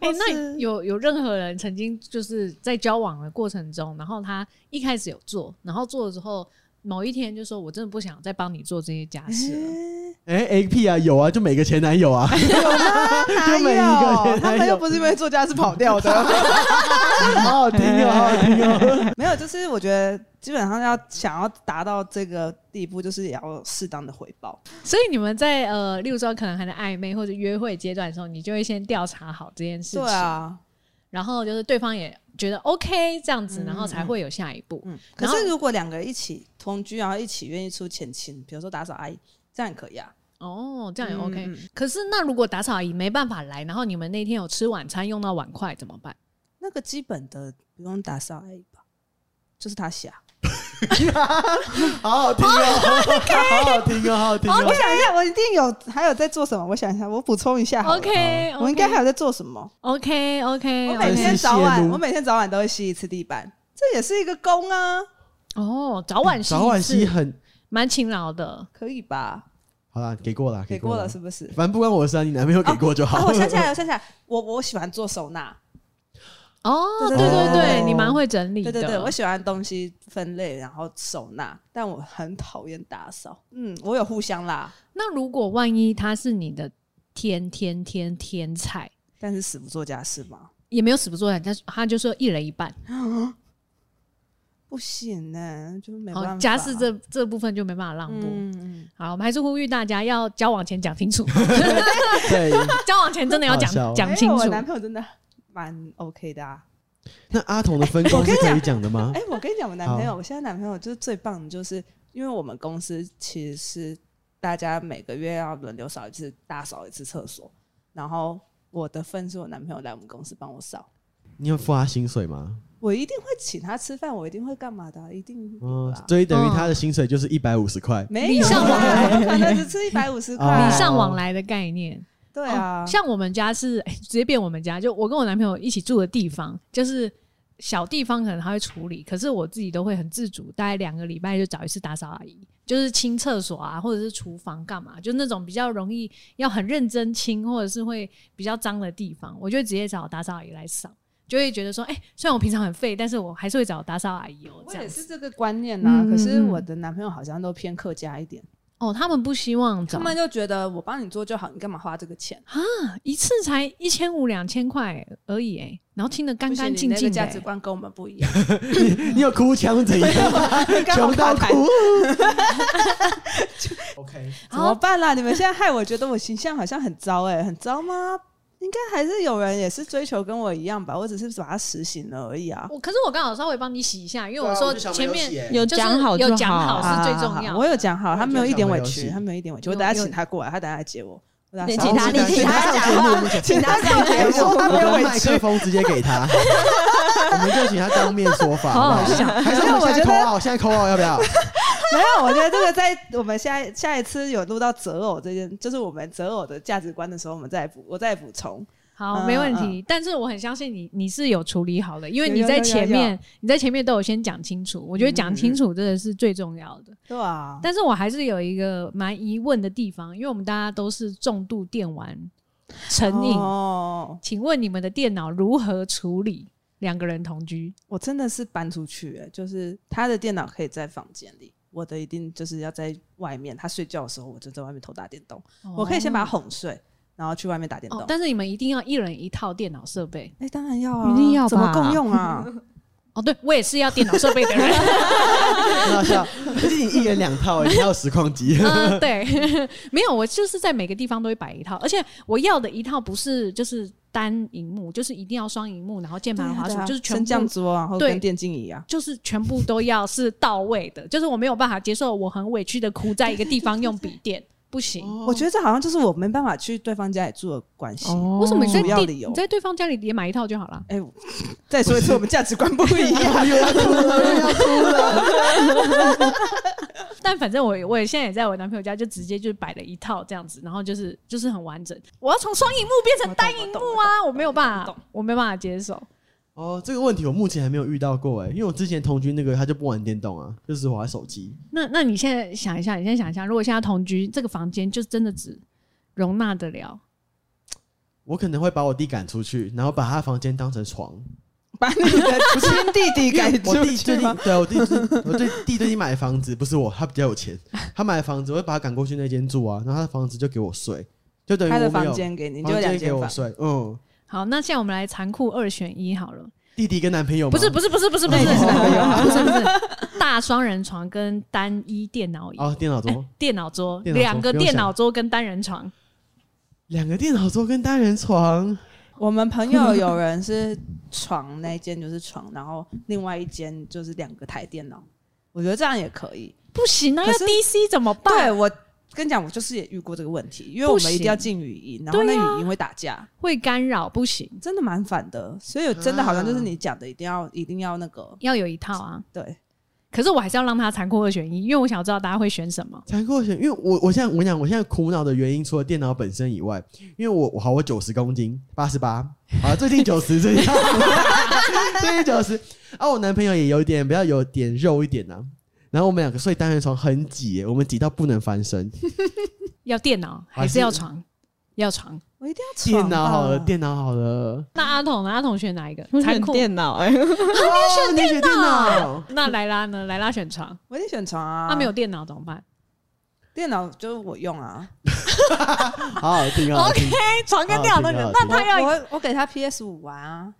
S2: 哎、
S1: 是
S2: 那有有任何人曾经就是在交往的过程中，然后他一开始有做，然后做了之后，某一天就说：“我真的不想再帮你做这些家事了。
S3: (laughs)
S1: 嗯
S3: 哎，A P 啊，有啊，就每个前男友啊，
S1: 哪
S3: 就每一个哎
S1: 有？
S3: 人
S1: 哎他
S3: 哪
S1: 们
S3: 有
S1: 又不是因为做家事跑掉
S3: (laughs)
S1: 的，
S3: (laughs) 好好听哦，好好听哦。
S1: 没有，就是我觉得基本上要想要达到这个地步，就是也要有适当的回报。
S2: 所以你们在呃，例如说可能还在暧昧或者约会阶段的时候，你就会先调查好这件事情，
S1: 对啊，
S2: 然后就是对方也觉得 OK 这样子，然后才会有下一步。
S1: 嗯。可
S2: 然后
S1: 是如果两个人一起同居，然后一起愿意出钱勤，比如说打扫阿姨，这样也可以啊。
S2: 哦，这样也 OK、
S1: 嗯嗯嗯
S2: 可是那如果打扫阿姨没办法来，然后你们那天有吃晚餐用到碗筷怎么办？
S1: 那个基本的不用打扫阿姨吧，就是他写啊。
S3: (laughs) 好好听哦，好好听哦，好好听
S1: 我
S3: 哦。
S1: 想一下，我一定有还有在做什么？我想一下，我补充一下好了
S2: OK，
S1: 我应该还有在做什么？
S2: OK OK。
S1: 我每
S3: 真是
S1: 天早
S3: 泄
S1: 晚，
S3: 露
S1: 我每天早晚都会吸一次地板，这也是一个功啊，
S2: 哦，早晚洗一次，
S3: 早晚吸很
S2: 蛮勤劳的。
S1: 可以吧？
S3: 好啦，给过啦，
S1: 给
S3: 过
S1: 过了是不是？
S3: 反正不关我的事啊，你男朋友给过就
S1: 啊，
S3: (laughs) 好。
S1: 我想起来了，我想起来，我我喜欢做收纳，
S2: 哦，对
S1: 对
S2: 对
S1: 对
S2: 对，
S1: 对对
S2: 你蛮会整理
S1: 对
S2: 的。
S1: 对对，我喜欢东西分类，然后收纳，但我很讨厌打扫。嗯，我有互相啦，
S2: 那如果万一他是你的天天天天菜，
S1: 但是死不做家事嘛，
S2: 也没有死不做人，但是他就说一人一半。
S1: 不行呢、就是没办
S2: 好，
S1: 法。
S2: 哦家事这这部分就没办法让步。
S1: 嗯，
S2: 好，我们还是呼吁大家要交往前讲
S1: (laughs)
S2: 清楚，
S3: 对，
S2: 交往前真的要讲
S3: 好笑
S2: 讲
S1: 没
S2: 清
S1: 有哎我
S2: 楚。
S1: 男朋友真的蛮 OK 的啊。
S3: 那阿童的分工是可以讲的吗
S2: 哦
S1: 哎、？我跟你讲，我男朋友，我现在男朋友就是最棒的，就是因为我们公司其实是大家每个月要轮流扫一次，大扫一次厕所，然后我的份是我男朋友来我们公司帮我扫，
S3: 你有付他薪水吗？
S1: 我一定会请他吃饭，我一定会干嘛的啊，一定有
S3: 嗯
S1: 啦，
S3: 所以等于他的薪水就是一百五十块。
S1: 没有
S2: 礼尚往来
S1: 啊， (laughs) 我反正只吃一百五十块，啊
S3: 哦
S2: 礼尚往来的概念。
S1: 对
S2: 哦
S1: 啊，
S2: 像我们家是、哎直接变我们家，就我跟我男朋友一起住的地方，就是小地方可能他会处理，可是我自己都会很自主，大概两个礼拜就找一次打扫阿姨，就是清厕所啊，或者是厨房干嘛，就那种比较容易要很认真清，或者是会比较脏的地方，我就会直接找打扫阿姨来扫，就会觉得说，哎、虽然我平常很废，但是我还是会找打扫阿姨哦、
S1: 我
S2: 这样
S1: 也
S2: 子。
S1: 是这个观念呐、
S2: 嗯嗯
S1: 可是我的男朋友好像都偏客家一点，
S2: 哦，他们不希望
S1: 他
S2: 找，
S1: 们就觉得我帮你做就好，你干嘛花这个钱？
S2: 一次才一千五两千块而已、哎，然后清的干
S1: 不行
S2: 干
S1: 你
S2: 净
S1: 那
S2: 净
S1: 个
S2: 的、
S1: 价值
S2: 哎
S1: 观跟我们不一样，
S3: (laughs) 你有哭腔怎样？
S1: 刚好
S3: 穷到
S1: 卡痰
S3: 哭。OK，
S1: 怎
S2: 哦
S1: 么办啦？你们现在害我觉得我形象好像很糟哎、很糟吗？应该还是有人也是追求跟我一样吧，我只是把它实行了而已啊。
S2: 我可是我刚好稍微帮你洗一下，因为我说前面
S4: 有
S2: 就是
S4: 讲好就
S2: 有讲好
S1: 好
S2: 是最重要的
S1: 啊好好我有讲好，
S3: 我
S1: 他
S3: 觉得
S1: 没有一点委
S3: 小朋友
S1: 屈，
S3: 是
S1: 他没有一点委屈。
S2: 有
S1: 我等下请他过来，他等下来接我。我
S4: 你
S1: 打
S4: 请
S1: 扫
S4: 他，
S1: 地
S4: 你请他讲话，请他讲
S1: 哎我
S4: 话。
S1: 说他
S3: 我
S1: 没有
S3: 把
S1: 委
S3: 麦
S1: 屈
S3: 克风直接
S1: (laughs)
S3: 给他，我们就请他当面说法。
S2: 好好
S3: 不
S2: 笑
S3: 还是我们现在扣啊，我现在扣啊，
S1: (laughs)
S3: 要不要？
S1: 没有，我觉得这个在我们下一下一次有录到择偶这件，就是我们择偶的价值观的时候，我们再补，我再补充。
S2: 好，
S1: 嗯
S2: 没问题。但是我很相信你，你是有处理好的，因为
S1: 有
S2: 你
S1: 有
S2: 在
S1: 有有嗯
S2: 前
S1: 有
S2: 面，你在前面都有先讲清楚。我觉得讲清楚真的是最重要的。
S1: 对啊，
S2: 但是我还是有一个蛮疑问的地方，因为我们大家都是重度电玩成瘾，
S1: 哦，
S2: 请问你们的电脑如何处理两个人同居？
S1: 我真的是搬出去、欸，就是他的电脑可以在房间里，我的一定就是要在外面。他睡觉的时候，我就在外面偷打电动。哦我可以先把他哄睡，然后去外面打电动。
S2: 哦，但是你们一定要一人一套电脑设备。
S1: 哎、当然要啊，
S4: 一定要吧
S1: 怎么共用
S4: (laughs)
S1: 啊？
S2: 哦，对我也是要电脑设备的人。
S3: 很好笑，而且你一人两套，你还有实况机。
S2: 嗯，对， (laughs) 没有，我就是在每个地方都会摆一套，而且我要的一套不是就是单荧幕，就是一定要双荧幕，然后键盘、滑鼠，就是全
S1: 啊升降
S2: 部。
S1: 桌啊，或者
S2: 对
S1: 跟电竞椅啊。
S2: 就是全部都要是到位的，就是我没有办法接受我很委屈的哭在一个地方用笔电，不行。
S1: 我觉得这好像就是我没办法去对方家里住的关系。
S4: 哦
S2: 为什么你在
S1: 主要
S2: 地
S1: 理由
S2: 你在对方家里也买一套就好了？
S1: 哎、我再说一次，我们价值观不一样。
S3: 又要哭了，又要哭了。
S2: 但反正我我也现在也在我男朋友家，就直接就摆了一套这样子，然后就是就是很完整。我要从双荧幕变成单荧幕啊，我没有办法，我没有办法接受。
S3: 哦，这个问题我目前还没有遇到过哎，因为我之前同居那个他就不玩电动啊，就是玩手机。
S2: 那那你现在想一下，你现在想一下，如果现在同居，这个房间就真的只容纳得了，
S3: 我可能会把我弟赶出去，然后把他房间当成床。
S1: 把你的亲弟弟赶
S3: 我
S1: 出
S3: 弟
S1: 去
S3: 最近
S1: 吗？
S3: 对我弟最近，我对弟最近买房子，不是我，他比较有钱，他买房子，我会把他赶过去那间住啊，然后他的房子就给我睡，就等于
S1: 他的
S3: 我没
S1: 房
S3: 有
S1: 间给你，就有
S3: 房
S1: 两
S3: 间
S1: 间
S3: 给我
S1: 房。
S3: 睡，嗯，
S2: 好，那现在我们来残酷二选一好了，
S3: 弟弟跟男朋友吗
S2: 不是不是不是不是
S1: 哎
S2: 不是不是
S1: 啊
S2: 不是不是大双人床跟单一电脑椅、
S3: 哦，电脑桌，
S2: 电脑桌，
S3: 电脑桌
S2: 两个
S3: 不用
S2: 电
S3: 想
S2: 脑桌跟单人床，
S3: 两个电脑桌跟单人床，
S1: 我们朋友有人是床那一间就是床，然后另外一间就是两个台电脑。我觉得这样也可以。
S2: 不行啊，要
S1: 可是
S2: DC 怎么
S1: 对
S2: 办？
S1: 我跟你讲，我就是也遇过这个问题，因为我们
S2: 不行
S1: 一定要进语音，然后那
S2: 对
S1: 语音会打架，
S2: 会干扰，不行，
S1: 真的蛮烦的。所以真的好像就是
S3: 啊
S1: 你讲的，一定要一定要那个
S2: 要有一套啊。
S1: 对。
S2: 可是我还是要让他残酷二选一，因为我想知道大家会选什么。
S3: 才过选，因为我我现在我跟你讲，我现在苦恼的原因除了电脑本身以外，因为我我好我九十公斤，八十八，啊，最近九十，最近最近九十，啊，我男朋友也有一点比较有点肉一点呐、啊，然后我们两个睡单人床很挤耶，我们挤到不能翻身，
S2: 要电脑还是要床？要床。
S1: 我一定要
S3: 电
S1: 床
S3: 脑好了，
S1: 吧
S3: 电脑好了，
S2: 那阿童呢？阿童选哪一个？
S4: 看
S2: 残酷。
S4: 电脑哎，
S3: 哦，你选电脑，
S2: (laughs) 那莱拉呢？莱拉选床，
S1: 我一定选床啊。
S2: 他、没有电脑怎么办？
S1: 电脑就是我用啊，
S3: 好好听啊
S2: OK 哎，床
S3: 跟啊电脑都选那
S1: 我
S3: 他
S2: 啊
S1: 我我给他 PS 五玩啊，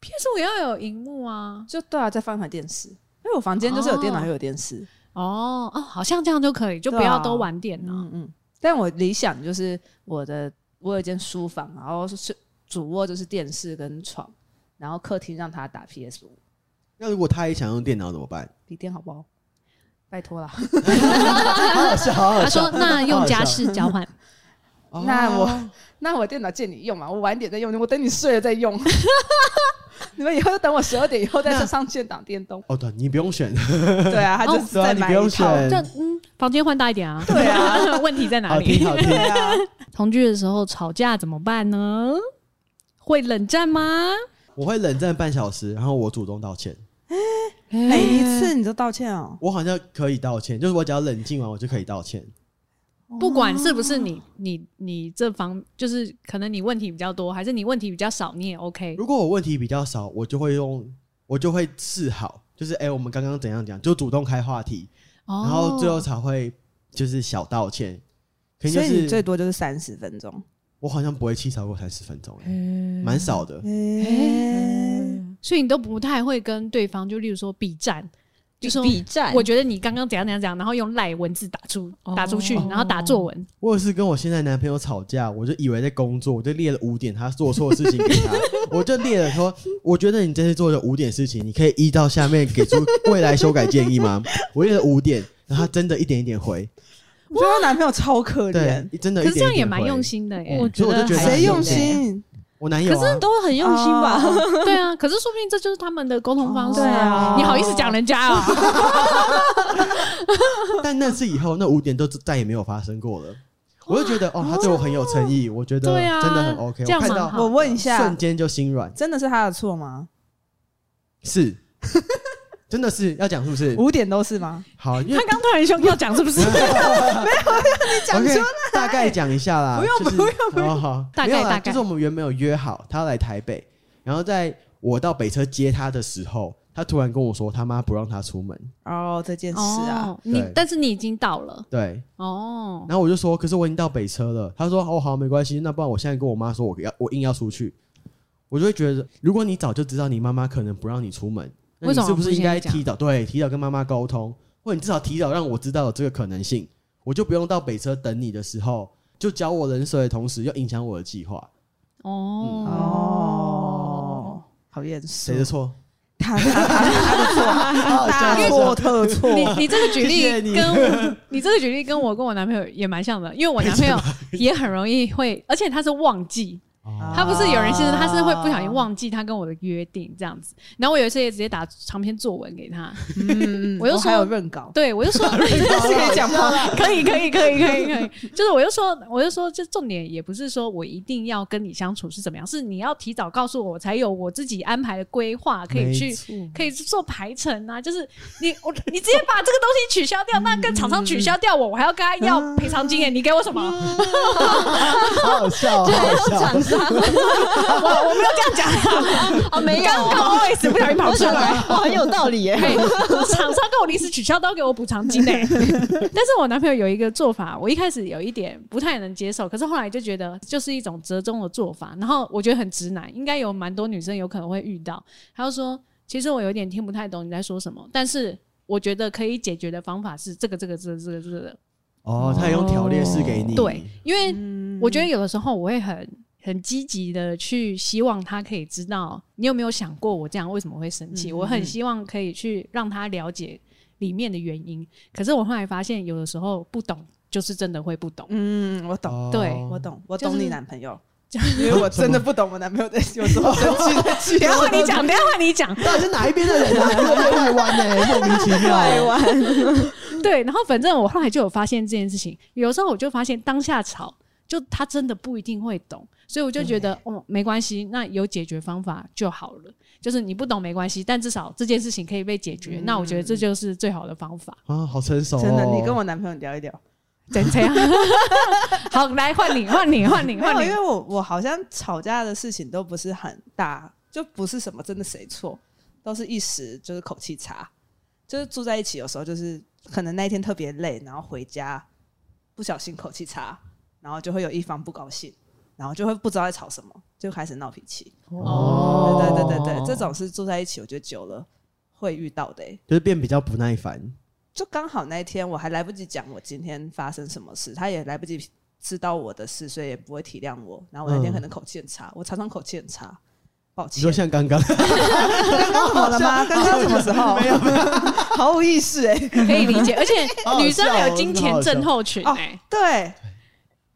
S2: PS 我要有荧幕啊。
S1: 就对啊，再放一台电视，因为我房间就是有电脑
S2: 哦
S1: 又有电视。
S2: 哦哦，好像这样就可以，就不
S1: 对啊
S2: 要都玩电脑。
S1: 嗯嗯，但我理想就是我的我有一间书房，然后是主卧就是电视跟床，然后客厅让他打 PS 五
S3: 那如果他也想用电脑怎么办？
S1: 笔电好不好？拜托啦，
S3: 好好笑，好好
S2: 他
S3: 笑
S2: 说：“那用家事
S3: (laughs)
S2: 交换，
S3: 哦
S1: (laughs) 那我那我电脑借你用嘛，我晚点再用，我等你睡了再用。 (laughs) 你们以后就等我十二点以后再
S3: 那
S1: 上线打电动。
S3: 哦，对，你不用选，
S1: 对啊，他就
S2: 哦
S1: 是再
S3: 对
S1: 买
S3: 啊你不
S1: 一
S3: 用
S1: 套。
S3: 选
S2: 就嗯，房间换大一点
S3: (laughs)
S2: 啊。”
S1: 对啊，
S2: (laughs) 问题在哪
S3: 好听
S2: 里？
S3: 好听。
S1: 对啊，
S2: 同居的时候吵架怎么办呢？会冷战吗？
S3: 我会冷战半小时，然后我主动道歉。
S2: 哎
S1: 每一次你都道歉哦，
S3: 我好像可以道歉，就是我只要冷静完，我就可以道歉。
S2: 不管是不是你你你这方，就是可能你问题比较多，还是你问题比较少，你也 OK。
S3: 如果我问题比较少，我就会用，我就会示好，就是哎、诶我们刚刚怎样讲，就主动开话题，
S2: 然
S1: 哦
S3: 然后最后
S2: 哦
S3: 才会就是小道歉。可能
S1: 所
S3: 就
S1: 以你最
S3: 是
S1: 多就是三十分钟。
S3: 我好像不会气超过三十分钟、诶
S1: 嗯
S3: 蛮少的。
S2: 哎所以你都不太会跟对方，就例如说比战，就说
S4: 比战，
S2: 我觉得你刚刚怎样怎样怎样，然后用赖文字打出
S4: 哦
S2: 打出去，然后打作文，
S3: 我也是跟我现在男朋友吵架，我就以为在工作，我就列了五点他做错的事情给他，我就列了说，我觉得你这次做了五点事情，你可以依
S1: (laughs)
S3: 照下面给出未来修改建议吗？我列了五点，然后他真的一点一点回，
S1: 我觉得她男朋友超可怜
S3: 对，，真的。
S2: 可是这样
S3: 一点一点
S2: 也蛮
S3: 会
S2: 用。心的耶，
S3: 嗯
S2: 我觉
S3: 所以我
S2: 得
S3: 就觉得
S2: 还
S1: 谁
S2: 是
S1: 用
S2: 有点
S1: 心？
S3: 我男友
S4: 可是
S3: 啊，
S4: 都很用心吧？
S2: 对啊，可是说不定这就是他们的沟
S1: (laughs)
S2: 通方式
S4: 对啊
S2: 你好意思讲人家哦啊？
S3: 但那次以后，那五点都再也没有发生过了。我就觉得哦，他对我很有诚意，我觉得
S2: 对啊
S3: 真的很 OK。
S2: 这样
S3: 我看
S2: 蛮
S3: 到
S2: 好
S1: 我问一下
S3: 瞬，间就心软，
S1: 真的是他的错吗？
S3: 是， (laughs) 真的是要讲是不是？
S1: 五点都是吗？
S3: 好，因
S2: (laughs) 他
S3: 为
S2: 刚突然凶要
S3: (laughs)
S2: 讲是不是？
S1: 讲出
S3: OK，大概讲一下啦，
S1: 不用
S3: 就是
S1: 不用
S3: 好好好，
S2: 大概
S3: 没有啦
S2: 大概
S3: 就是我们原本有约好，他要来台北，然后在我到北车接他的时候，他突然跟我说他妈不让他出门，
S1: 哦，这件事啊，
S2: 哦，你
S3: 对
S2: 但是你已经到了
S3: 对，
S2: 哦，
S3: 然后我就说，可是我已经到北车了，他说哦好没关系，那不然我现在跟我妈说我要我硬要出去，我就会觉得，如果你早就知道你妈妈可能不让你出门，那
S2: 为
S3: 你
S2: 什么
S3: 是不是应该
S2: 不先讲
S3: 提早对提早跟妈妈沟通，或者你至少提早让我知道有这个可能性，我就不用到北车等你的时候就浇我冷水的同时又影响我的计划，
S2: 哦
S1: 哦，好厌世
S3: 谁的，错？
S1: 他他他他的错，大错特错，嗯
S2: 你你这个
S3: 谢
S2: 举
S3: 谢
S2: 例
S3: 你
S2: 跟我你这个举例跟我跟我男朋友也蛮像的，因为我
S3: (laughs)
S2: 男朋友也很容易会，而且他是忘记，
S3: 哦
S2: 他不是有人先生，他是会不小心忘记他跟我的约定这样子。然后我有一次也直接打长篇作文给他，
S1: 嗯，嗯嗯
S2: 我又
S1: 哦
S2: 说
S1: 还有润稿，
S2: 对我就
S3: (laughs)
S2: 说
S1: 是可以讲吗？
S2: (laughs) 可以，可以，可以，可以，可以。 (laughs) 就是我就说，我就说，这重点也不是说我一定要跟你相处是怎么样，是你要提早告诉我，我才有我自己安排的规划，可以去
S3: 没。错
S2: 可以去做排程啊，就是你我你直接把这个东西取消掉，那跟厂商取消掉我，我还要跟他要赔偿金诶，
S3: 嗯
S2: 你给我什么？ (laughs)
S3: 好好笑，好哦好笑，
S2: 我我没有这样讲啊，
S4: 哦，没有，
S2: 刚刚 OS 不小心跑
S4: 我
S2: 出
S4: 想
S2: 来。
S4: 哇，哦很有道理
S3: (laughs)
S4: 耶。
S2: 对，厂商跟我临时取消都要给我补偿金呢、但是我男朋友有一个做法，我一开始有一点不太能接受，可是后来就觉得就是一种折中的做法。然后我觉得很直男，应该有蛮多女生有可能会遇到。他就说：“其实我有点听不太懂你在说什么，但是我觉得可以解决的方法是这个、这个、这个、这个、这个。
S3: 哦，他也用条列式给”你，
S2: 对，因为
S1: 嗯
S2: 我觉得有的时候我会很。很积极的去希望他可以知道你有没有想过我这样为什么会生气，
S1: 嗯
S2: 我很希望可以去让他了解里面的原因。可是我后来发现，有的时候不懂就是真的会不懂。
S1: 嗯，我懂，
S3: 哦
S2: 对
S1: 我懂，我
S2: 就
S1: 懂
S2: 是
S1: 你男朋友，因为我真的不懂我男朋友在有什么生气的气
S2: 等一下换你讲，等一下换你讲。
S3: 到底是哪一边的人啊？台湾呢，莫名其
S4: 台
S3: 妙。
S4: 湾
S2: 对，然后反正我后来就有发现这件事情，有时候我就发现当下吵，就他真的不一定会懂，所以我就觉得
S1: 嗯
S2: 哦，没关系，那有解决方法就好了。就是你不懂没关系，但至少这件事情可以被解决，
S1: 嗯
S2: 那我觉得这就是最好的方法。
S3: 啊，好成熟、哦！
S1: 真的，你跟我男朋友聊一聊。
S2: 怎怎样？ (laughs) 好，来换你，换你，换你，
S1: 没有，
S2: 换你
S1: 因。为我我好像吵架的事情都不是很大，就不是什么真的谁错，都是一时就是口气差，就是住在一起有时候就是可能那一天特别累，然后回家不小心口气差，然后就会有一方不高兴，然后就会不知道在吵什么，就开始闹脾气。
S2: 哦
S1: 对对对对对，这种是住在一起，我觉得久了会遇到的欸、
S3: 就是变比较不耐烦。
S1: 就刚好那一天我还来不及讲我今天发生什么事，他也来不及知道我的事，所以也不会体谅我。然后我那天
S3: 嗯
S1: 可能口气很差，我常常口气很差，抱
S3: 你说
S1: 歉。
S3: 像刚刚，
S1: 刚刚怎么了吗？刚刚什么时候？没有，毫无意识哎、
S2: 可以理 (laughs) 解，而且
S3: 好好
S2: 女生还
S3: 笑
S2: 有
S3: 哦
S2: 金
S3: 好
S2: 钱
S3: 好
S2: 症
S3: 笑
S2: 候群
S1: 哦
S2: 哎、
S1: 对。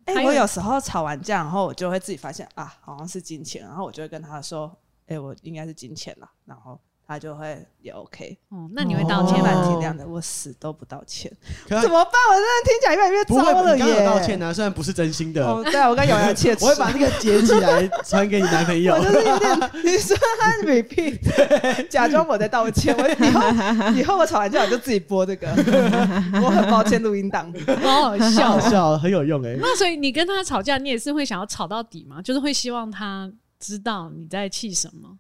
S1: 哎、
S2: 还有
S1: 我有时候吵完架，然后我就会自己发现啊，好像是金钱，然后我就会跟他说，哎、我应该是金钱啦，然后他就会也 OK，
S2: 哦，那你会道
S1: 我
S2: 歉
S1: 蛮
S2: 吗？
S1: 体谅的，我死都不道歉，
S3: 可
S1: 怎么办？我真的听起来越来越
S3: 不会，
S1: 糟了
S3: 你刚刚有
S1: 耶！
S3: 道歉啊，虽然不是真心的，
S1: 哦，对啊，我跟瑶瑶切齿，
S3: (laughs) 我会把那个截起来传给你男朋友
S1: 我。就是有点，你说他 repeat，假装我在道歉。我以后以后我吵完架我就自己播这个， (laughs) 我很抱歉录音档。
S2: 好好
S3: 好
S2: 笑。
S3: (laughs) 笑，很有用哎、
S2: 哦 (laughs) 那所以你跟他吵架，你也是会想要吵到底吗？就是会希望他知道你在气什么？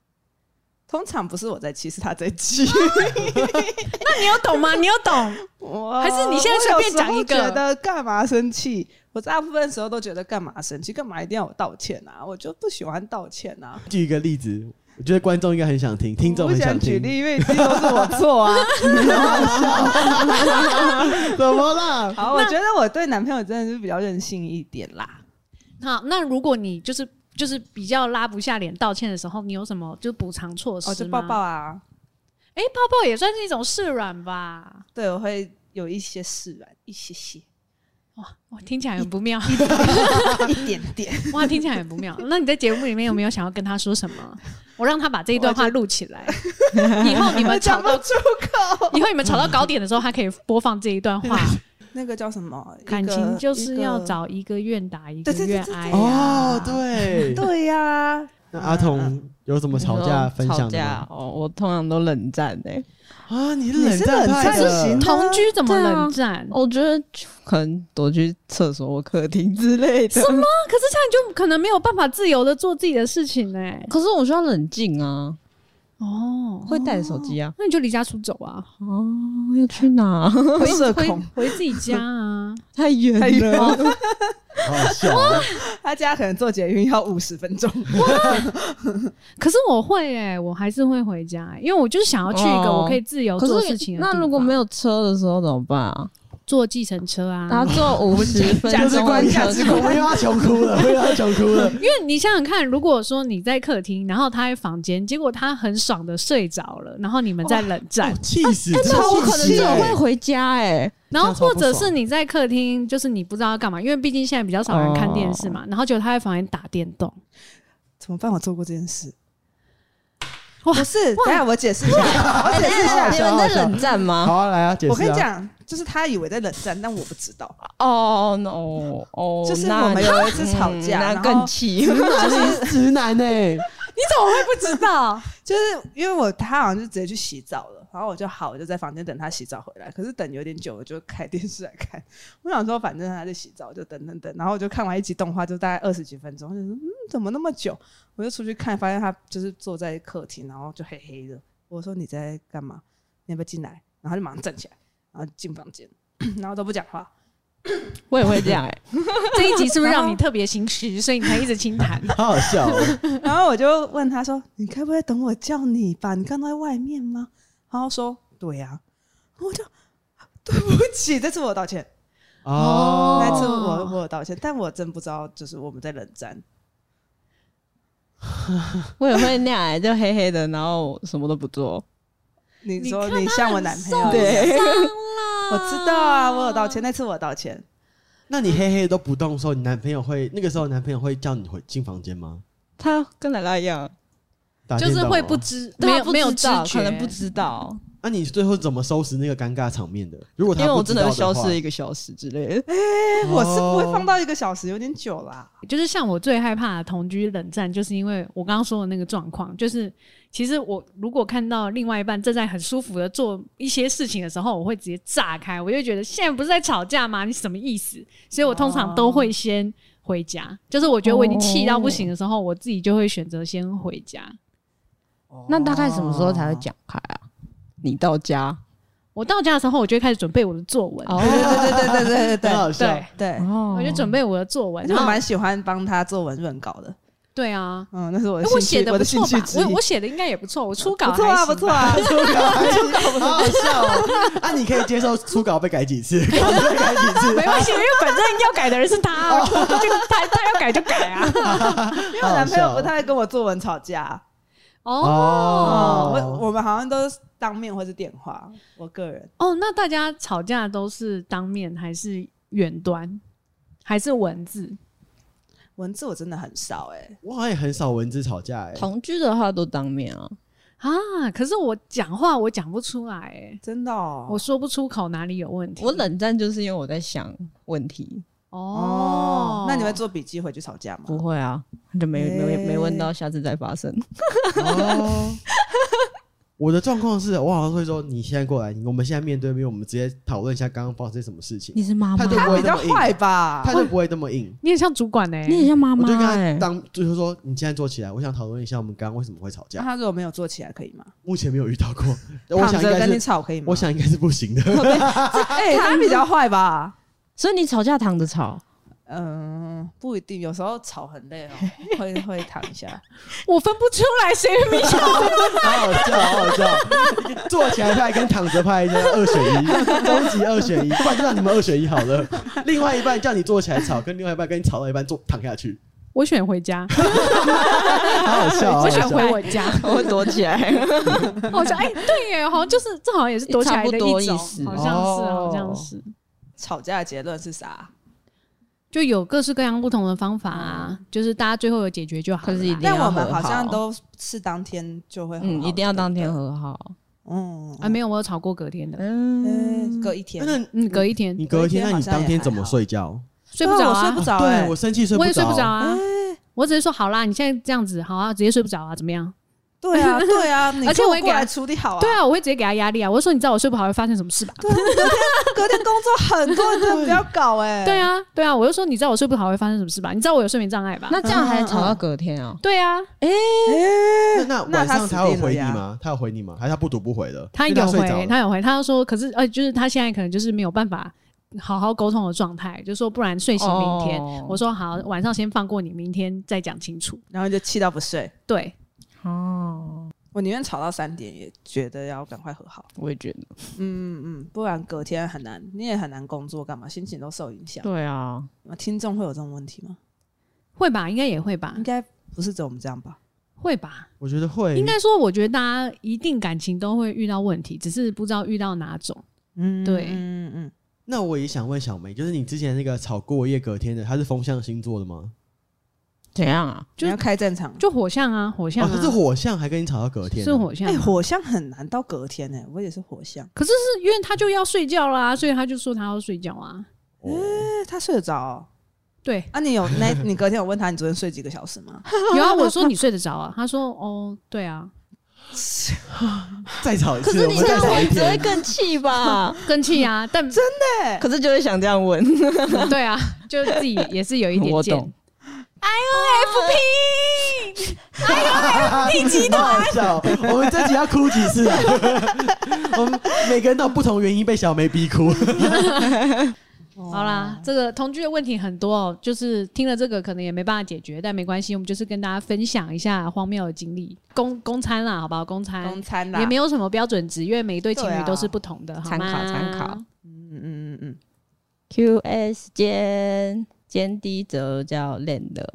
S1: 通常不是我在气，是他在气。
S2: 那你有懂 (laughs) 吗？你有懂？
S1: 我
S2: 还是你现在随便讲一个
S1: 我有时候觉得干嘛生气？我大部分时候都觉得干嘛生气，干嘛一定要我道歉啊？我就不喜欢道歉啊。
S3: 举一个例子，我觉得观众应该很想听，听众
S1: 我
S3: 很
S1: 不
S3: 想
S1: 想举
S3: 听。
S1: 例，因为一定都是我错
S2: (laughs)
S1: 啊。
S3: 怎么啦？
S1: 好，我觉得我对男朋友真的是比较任性一点啦。
S2: 好，那如果你就是就是比较拉不下脸道歉的时候，你有什么就补偿措施
S1: 哦，
S2: 吗？
S1: 就抱抱，啊，
S2: 哎、抱抱也算是一种示软吧。
S1: 对，我会有一些释然，一些些。 (laughs)
S2: 哇哇，哦听起来很不妙，
S1: 一点点。
S2: 哇，听起来很不妙。那你在节目里面有没有想要跟他说什么？我让他把这一段话录起来，以后你们吵
S1: 讲不
S2: 到
S1: 出口。
S2: 以后你们吵到高点的时候，他可以播放这一段话。
S1: 那个叫什么？
S2: 感
S1: 一个
S2: 情就是要。
S1: 一个
S2: 找一个愿打一个
S1: 对对对
S2: 愿
S1: 对
S2: 挨、啊呀。
S3: 哦，对。
S1: 对啊呀、
S2: (laughs)
S3: 那阿童有什么吵架分享
S4: 吵
S3: 的
S4: 架
S3: 吗？
S4: 哦，我通常都冷战欸诶、
S3: 啊，你是
S1: 你
S3: 冷
S1: 是
S3: 战
S1: 冷
S3: 派
S1: 战
S3: 的
S1: 型，
S2: 同居怎么
S4: 对啊
S2: 冷战？哦
S4: 我觉得就可能躲去厕所或客厅之类的。
S2: 什么？可是这样你就可能没有办法自由的做自己的事情呢、
S4: 可是我需要冷静啊，
S2: 哦，
S4: 会带着手机啊。
S2: 那你就离家出走啊，
S4: 哦，要去哪？
S1: 会社
S2: 回
S1: 恐，
S2: 回自己家啊。
S4: (laughs) 太远
S1: 太远
S4: 了。
S3: 好好笑哦。
S1: 他家可能坐捷运要五十分钟。
S2: 可是我会哎、我还是会回家、因为我就是想要去一个
S4: 哦
S2: 我可以自由
S4: 可
S2: 做
S4: 是
S2: 事情的地
S4: 那
S2: 方
S4: 如果没有车的时候怎么办啊？
S2: 坐计程车啊，
S4: 他坐五十分
S1: 价
S4: 钟
S1: 值观
S4: 的
S1: 价
S4: 车
S1: 值
S4: 程
S1: 观
S3: 我们又要穷哭了，我又要穷哭了。
S2: 因为你想想看，如果说你在客厅，然后他在房间，结果他很爽的睡着了，然后你们在冷战，
S3: 气死！
S1: 哎
S4: 那我
S3: 气
S4: 可能
S3: 死
S4: 真的
S3: 欸
S4: 会回家哎、
S2: 然
S3: 这
S2: 后
S3: 样超
S2: 或
S3: 不
S2: 者
S3: 爽
S2: 是你在客厅，就是你不知道要干嘛，因为毕竟现在比较少人看电视嘛，然后结果他在房间打电动，
S1: 怎么办？我做过这件事。
S2: (laughs) 哇
S1: 不是，等一下我解释一下，我解释一下。
S4: 哎你们在冷战
S3: 好
S4: 吗？
S3: 啊，来啊，解释。
S1: 我跟你，讲，就是他以为在冷战，但我不知道。
S4: 哦哦哦，
S1: 就是
S4: 那
S1: 我们有一次吵架
S4: 嗯
S1: 然后
S4: 那更
S1: (laughs)
S4: 气。
S3: 就是直男呢、欸
S1: 你怎么会不知道？就是因为我他好像就直接去洗澡了，然后我就好，我就在房间等他洗澡回来。可是等有点久，我就开电视来啊看。我想说，反正他在洗澡，我就等等等。然后我就看完一集动画，就大概二十几分钟，就说嗯，怎么那么久？我就出去看，发现他就是坐在客厅，然后就黑黑的。我说你在干嘛？你要不要进来？然后他就马上站起来，然后进房间， (laughs) 然后都不讲话。
S4: 我也会这样哎、
S2: 这一集是不是
S1: 然后
S2: 让你特别心虚，所以你才一直轻谈？
S3: (laughs) 好好笑、
S1: (laughs)
S3: 哦。
S1: 然后我就问他说：“你该不会等我叫你吧？你刚刚在外面吗？”然后说：“对呀、然后我就对不起，这次我道歉，
S3: 哦，
S1: 那次我我有道歉，但我真不知道，就是我们在冷战。
S4: 我也会那样、欸，就黑黑的，然后什么都不做。
S1: 你
S2: 你
S1: 说
S2: 看
S1: 你
S2: 他
S1: 像我
S2: 很
S1: 男朋
S2: 受
S1: 友，
S4: 对，
S1: 我知道啊，我有道歉，那次我有道歉，
S3: 那你黑黑都不动的时候，你男朋友会那个时候男朋友会叫你回进房间吗？
S4: 他跟奶奶一样，
S3: 打
S2: 就是
S3: 电动
S2: 会
S3: 吗
S2: 啊不知
S4: 对
S2: 没
S4: 他
S2: 有
S4: 不
S2: 没有
S4: 知
S2: 知
S4: 道
S2: 觉，
S4: 可能不知道，
S3: 那、你最后怎么收拾那个尴尬场面的？如果他
S4: 因为我
S3: 不知
S4: 真的
S3: 道的
S4: 会消
S3: 话
S4: 失一个小时之类的。
S1: 哎，我是不会
S3: 哦
S1: 放到一个小时，有点久
S2: (laughs)
S1: 啦。
S2: 就是像我最害怕的同居冷战，就是因为我刚刚说的那个状况，就是其实我如果看到另外一半正在很舒服的做一些事情的时候，我会直接炸开，我就觉得现在不是在吵架吗？你什么意思？所以我通常都
S1: 哦
S2: 会先回家，就是我觉得我已经气到不行的时
S1: 哦
S2: 候，我自己就会选择先回家。
S4: 那大概什么时候才会讲开啊？你到家
S2: 我到家的时候，我就会开始准备我的作文，
S4: 哦
S1: 对对对对对对对
S3: 很
S1: 对
S3: 好笑
S2: 对，
S1: 对对。
S4: 哦
S2: 我就准备我的作文，
S1: 而且
S2: 然
S1: 我
S2: 后
S1: 蛮喜欢帮他做文润稿的，
S2: 对啊。
S1: 嗯，那是我
S2: 哎
S1: 的
S2: 我
S1: 兴趣
S2: 写的
S1: 我
S2: 不
S1: 的兴
S2: 错
S1: 趣
S2: 吧？
S1: 之一
S2: 我。我写的应该也不错，我初稿
S1: 不错啊，
S2: 还行
S1: 不错啊，
S3: 初稿，初稿， (laughs) 好好笑、哦。啊，你可以接受初稿被改几次， (laughs) 稿被改几次，
S2: 没关系，因为反正要改的人是他，我就就他他要改就改啊。
S1: 因为我男朋友不太会跟我作文吵架。
S2: (laughs)
S1: 哦，
S2: 哦
S3: 哦。
S1: 我我们好像都是当面或是电话。我个人
S2: 哦，那大家吵架都是当面还是远端，还是文字？
S1: 文字我真的很少哎、
S3: 我好像也很少文字吵架哎、
S4: 同居的话都当面啊，
S2: 啊，可是我讲话我讲不出来、欸，
S1: 真的、哦。
S2: 我说不出口哪里有问题。
S4: 我冷战就是因为我在想问题，
S2: 哦，
S1: 那你会做笔记回去吵架吗？
S4: 不会啊，就没没没问到，下次再发生。
S3: 哦，我的状况是我好像会说，你现在过来，我们现在面对面，我们直接讨论一下刚刚发生什么事情。
S4: 是妈
S3: 他就
S1: 他
S3: 不会
S1: 比
S3: 那
S1: 较
S3: 么硬，
S1: 坏吧？
S3: 他就不会那么硬。
S2: 你很像主管呢、
S4: 你很像妈
S3: 我就
S4: 妈
S3: 跟他
S4: 哎，
S3: 当就是说，你现在坐起来，我想讨论一下我们刚刚为什么会吵
S1: 那
S3: 架。
S1: 他如果没有做起来可以吗？
S3: 目前没有
S1: (laughs)
S3: 遇到过，我
S1: 啊躺
S3: 想应
S1: 着
S3: 该
S1: 跟你
S3: 是，
S1: 吵可以吗？
S3: 我想应该是不行的。
S1: (laughs) 哎、他比较坏吧？
S4: 所以你吵架躺着吵，
S1: 嗯，不一定，有时候吵很 (laughs) 累哦，会会躺一下。
S2: 我分不出来 (laughs) 谁明显。
S3: 好好笑，好好笑！坐起来派跟躺着派就是二选
S1: (laughs)
S3: 一，终极二选一，不然就让你们二选一好了。另外一半叫你坐起来吵，跟另外一半跟你吵到一半坐躺下去，
S2: 我选回家，
S3: 好好笑，好
S2: 哦我
S3: 好
S2: 选
S3: 笑。
S2: 回我家。
S4: 我会躲起来。
S2: 我想，哎、对耶，好像就是这好像也是躲起来的
S4: 差
S2: 一种，
S4: 不多意思
S2: 好像是，
S3: 哦
S2: 好像是。
S1: 吵架的结论是啥？
S2: 就有各式各样不同的方法啊，就是大家最后有解决就好了啦。
S4: (laughs) 可是一定
S1: 但
S4: 要
S1: 我们
S4: 和
S1: 好像
S4: 好
S1: 都是当天就会和
S4: 嗯，
S1: 好
S4: 一定要
S1: 的
S4: 当天。和好。
S1: 嗯
S2: 啊，没有，我有吵过隔天的，
S1: 嗯，
S4: 嗯，
S1: 隔一天
S3: 那，你
S2: 嗯，隔一天
S3: 你隔
S1: 隔一
S3: 一天，
S1: 天
S3: 那
S1: 好
S3: 你
S1: 像也
S3: 当天
S1: 还
S3: 怎么
S1: 好
S3: 睡觉？
S2: 睡不着
S1: 对我
S2: 啊
S1: 睡不，着
S3: 对
S1: 哎
S3: 我，生气睡
S2: 我也睡
S3: 着，
S2: 不着啊
S1: 哎。
S2: 我只是说好啦，你现在这样子好啊，直接睡不着啊，怎么样？
S1: 对啊，对啊，你 (laughs)
S2: 而且
S1: 跟
S2: 我
S1: 我
S2: 也
S1: 过
S2: 给他
S1: 来处理好啊。
S2: 对，啊，我会直接给他压力啊，我会说你知道我睡不好会发生什么事吧？
S1: 隔天工作很多，你真的不要搞哎。
S2: (laughs) 对，啊，对啊，我就说你知道我睡不好会发生什么事吧？你知道我有睡眠障碍吧？
S4: 那这样还吵
S1: 嗯嗯
S4: 到
S1: 嗯
S4: 隔天啊？
S2: 对啊，
S1: 哎
S3: 那
S1: 那
S3: 晚上
S1: 死
S3: 他有
S1: 定了
S3: 回你
S1: 呀？
S3: 吗？他有回你吗？还是他不读不回了？
S2: 他
S3: 因为
S2: 有
S3: 睡着
S2: 回，
S3: 了
S2: 他有回，他就说，可是呃，就是他现在可能就是没有办法好好沟通的状态，就说不然睡醒明天。
S4: 哦
S2: 我说好，晚上先放过你，明天再讲清楚。
S1: 然后就气到不睡。
S2: 对，
S4: 哦，
S1: 我宁愿吵到三点，也觉得要赶快和好。
S4: 我也觉得。
S1: 嗯嗯嗯，不然隔天很难，你也很难工作，干嘛？心情都受影响。
S4: 对啊，
S1: 嗯听众会有这种问题吗？
S2: 会吧，应该也会吧
S1: 应，该不是只有我们这样吧？
S2: 会吧。
S3: 我觉得会，
S2: 应该说，我觉得大家一定感情都会遇到问题，只是不知道遇到哪种。
S1: 嗯
S2: 对
S1: 嗯嗯，
S3: 那我也想问小梅，就是你之前那个吵过夜隔天的，他是风象星座的吗？
S4: 怎样啊？
S1: 就要开战场。
S2: 就火象啊，火象、
S3: 哦，
S2: 啊
S3: 他是火象，还跟你吵到隔天、
S2: 是。火象啊、
S1: 哎，火象很难到隔天呢，我也是火象。
S2: 可是是因为他就要睡觉啦，所以他就说他要睡觉啊。
S3: 哦、
S1: 哎，他睡得着哦？
S2: 对，
S1: 啊，你有 (laughs) 那？你隔天有问他你昨天睡几个小时吗？
S2: 有啊，我说你睡得着啊，他说哦，对啊，
S3: 再吵一
S4: 可
S3: 次，
S4: 是
S3: 我
S4: 你
S3: 们
S4: 这
S3: 再
S4: 样
S3: 吵一
S4: 我只会
S3: 天。
S4: 更气吧？
S2: 更气啊，但
S4: (laughs) 可是就会想这样问。
S2: (laughs) 对啊，就自己也是有一点
S4: 我
S2: 贱
S4: 懂。
S2: INFP，
S3: 你极 (laughs) 端，啊笑。我们这集要哭几次啊？ (laughs) 我们每个人都有不同原因被小梅逼哭。
S2: 好啦，这个同居的问题很多哦，就是听了这个可能也没办法解决，但没关系，我们就是跟大家分享一下荒谬的经历，公公餐啦，好不好？公餐
S1: 公哦餐啦，
S2: 也没有什么标准值，因为每一对情
S1: 对
S2: 侣
S1: 啊
S2: 都是不同的，好
S4: 参考
S2: 吗
S4: 参考。
S1: 嗯嗯嗯嗯嗯，
S4: QS 间间低哲教练的，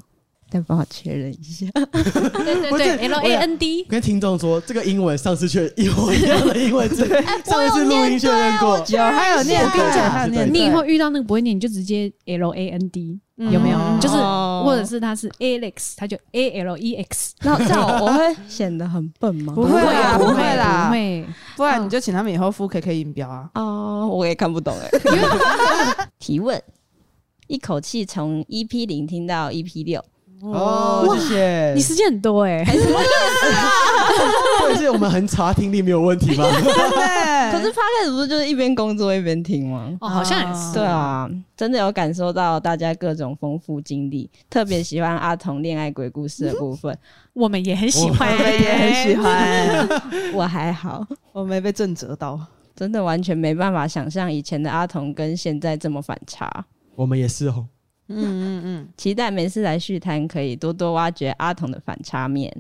S4: 再帮我确认一下。
S2: 对对
S3: 不是
S2: 对，L
S3: 我
S2: A
S3: 想
S2: N D，
S3: 跟听众说，这个英文上次却一模一样的英文字，
S4: 哎
S3: 上一次录音确认过。
S1: 有还有念，
S3: 我跟你
S1: 对
S3: 讲
S1: 还有
S3: 对
S1: 念，
S2: 你以后遇到那个不会念，你就直接 L A N D，有没有？
S1: 嗯
S2: 就是
S4: 哦
S2: 或者是他是 Alex，他就 A L E X，
S4: (laughs) 那这样我会显得很笨吗？
S1: 不会
S4: 啊
S1: 啦
S2: 不
S1: 不会啦
S2: 不会。
S1: 不然你就请他们以后付 KK 音标啊。
S4: 哦，我也看不 (laughs) 懂哎、提问，一口气从 EP 零听到 EP 六，
S3: 哦，谢谢。
S2: 你时间很多哎、
S3: 对，是我们很吵，听力没有问题吗？ (laughs)
S1: 对
S4: (laughs)
S1: (laughs)
S4: 可是 p o d 不是就是一边工作一边听吗？
S2: 哦，好像也是。
S4: 对啊，真的有感受到大家各种丰富经历，特别喜欢阿童恋爱鬼故事的部 (laughs) 分。
S2: 我们也很喜欢，
S1: 我们也很喜。欢，
S4: 我还好，
S1: 我没被震折到。
S4: 真的完全没办法想象以前的阿童跟现在这么反差。
S3: 我们也是哦。
S1: 嗯嗯嗯，
S4: 期待每次来续摊可以多多挖掘阿童的反差面。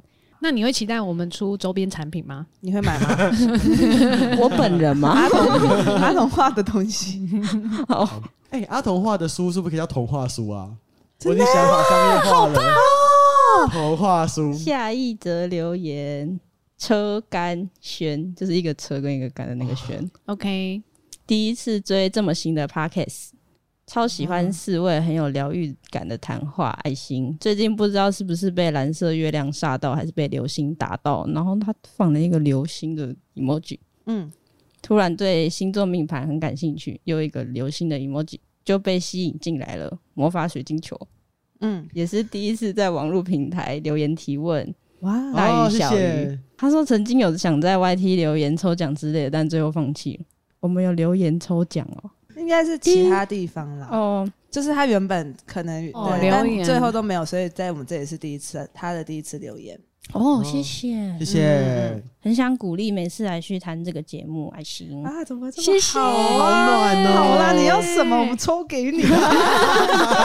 S2: 那你会期待我们出周边产品吗？
S1: 你会买
S3: (laughs)
S1: 吗？
S4: 我本人
S1: (laughs)
S4: 吗？
S1: 阿童阿童画的东西，
S4: 哦，
S3: 哎、阿童画的书是不是可以叫童话书啊？ (laughs) 我已经想好商业化了。
S4: 哦
S3: 童话书，
S4: 下一则留言，车杆轩就是一个车跟一个杆的那个轩。
S2: OK，
S4: 第一次追这么新的 Podcast，超喜欢四位很有疗愈感的谈话，爱心。最近不知道是不是被蓝色月亮吓到，还是被流星打到，然后他放了一个流星的 emoji，
S1: 嗯，
S4: 突然对星座命盘很感兴趣，又一个流星的 emoji 就被吸引进来了。魔法水晶球
S1: 嗯，
S4: 也是第一次在网络平台留言提问。
S1: 哇，
S4: 大
S3: 哦，
S4: 鱼
S3: 谢
S4: 小鱼
S3: 谢。
S4: 他说曾经有想在 YT 留言抽奖之类的，但最后放弃了。我们有留言抽奖哦，
S1: 应该是其他地方啦，
S4: 哦，
S1: 就是他原本可能
S2: 哦
S1: 对，
S2: 留言
S1: 但最后都没有，所以在我们这里是第一次，他的第一次留言。
S4: 哦，谢谢
S3: 谢，谢，
S4: 很想鼓励每次来续谈这个节目，爱心。
S1: 啊，怎么会这
S2: 谢
S1: 么
S2: 谢
S1: 好
S3: 嗯好
S1: 啊？
S3: 暖哦！
S1: 好啦，你要什么我们抽给 (laughs) 你啊。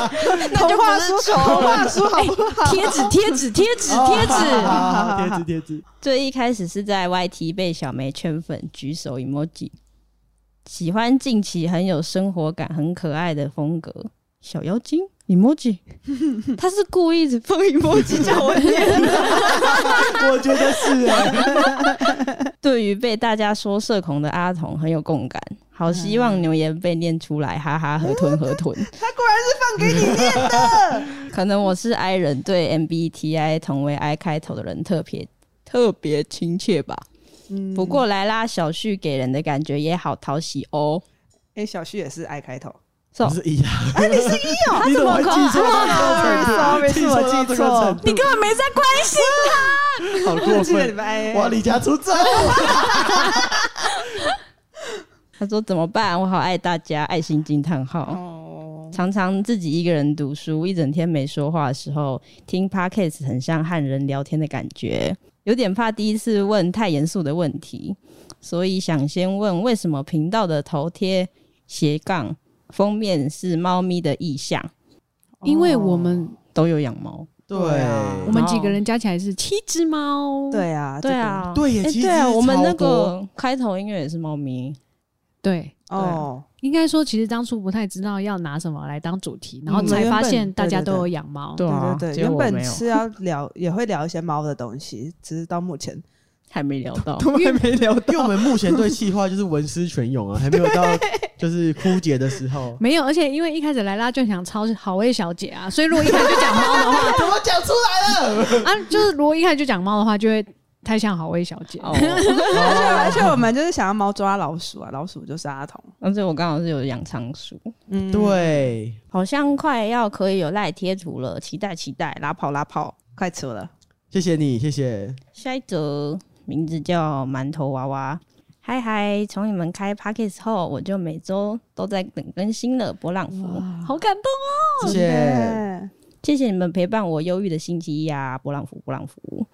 S1: 童话书，童话书好不好？
S2: 贴纸，贴纸，贴纸，
S3: 哦
S2: 嗯贴
S3: 好
S2: 纸。
S3: 好好贴纸贴纸，
S4: 最一开始是在 YT 被小梅圈粉，举手 emoji，喜欢近期很有生活感、很可爱的风格小妖精 emoji，他是故意只放 emoji 叫我念。
S3: 我觉得是哎，
S4: 对于被大家说社恐的阿童很有共感，好希望留言被念出来，哈哈，河豚河豚。
S1: 嗯 (laughs) 他果然是放给你念的。
S4: (laughs) 可能我是 I 人，对 MBTI 同为 I 开头的人特别特别亲切吧。
S1: 嗯
S4: 不过莱拉小旭给人的感觉也好讨喜哦。
S1: 哎、小旭也是 I 开头，
S4: So
S3: 不啊是一样，
S1: 你是一哦，
S3: 你怎么会记错到
S1: 啊
S3: 这个程度？ (laughs)
S1: ，sorry，sorry，是我
S3: 到
S1: 记
S3: 这个
S1: 错
S3: 程度
S2: 你根本没在关心。
S3: 好过
S1: 记得你
S3: 分！
S1: 们 I，
S3: 我要离家出走。
S4: 他说怎么办？我好爱大家，爱心惊叹号。
S1: 哦，
S4: 常常自己一个人读书，一整天没说话的时候，听 podcast 很像和人聊天的感觉，有点怕第一次问太严肃的问题，所以想先问为什么频道的头贴斜杠封面是猫咪的意象，
S2: 因为我们
S4: 都有养猫。
S3: 对
S1: 对啊
S2: 我们几个人加起来是七只猫，
S1: 对啊，
S4: 对啊，
S3: 对耶
S4: 诶
S3: 其实
S4: 对啊，我们那
S3: 超多
S4: 个开头音乐也是猫咪，
S2: 对
S1: 这个，哦，
S2: 应该说其实当初不太知道要拿什么来当主题，然后
S1: 嗯
S2: 才发
S1: 原
S2: 现
S1: 本
S2: 大家
S1: 对对
S2: 都
S1: 对
S2: 有养猫。。
S4: 对啊，
S1: 哦对对对，
S4: 结
S1: 原
S4: 果
S1: 本
S4: 没有，
S1: 是要聊，也会聊一些猫的东西，只是到目前
S4: 还没聊到。
S1: 我们还没聊
S3: 因为我
S1: 到。
S3: 们目前对气化就是文思泉涌啊，还没有到就是枯竭的时候
S2: 没有，而且因为一开始莱拉就想抄好味小姐啊，所以如果一开始就讲猫的话，
S1: (laughs)
S3: 怎么讲出来了？
S2: (laughs) 啊，就是如果一开始就讲猫的话，就会太像好味小姐。
S4: 哦， (laughs)
S1: (laughs) 而且而且我们就是想要猫抓老鼠啊，老鼠就是阿童，
S4: 而且我刚好是有养仓鼠，
S1: 嗯，
S3: 对，
S4: 好像快要可以有赖贴图了，期待期待，拉跑拉跑。
S1: 快出了，
S3: 谢谢你，谢谢。
S4: 下一则名字叫馒头娃娃，嗨嗨！从你们开 podcast 后，我就每周都在等更新了。波浪符，
S2: 好感动哦！
S3: 谢谢。
S4: 谢谢你们陪伴我忧郁的星期一啊！波浪符，波浪符。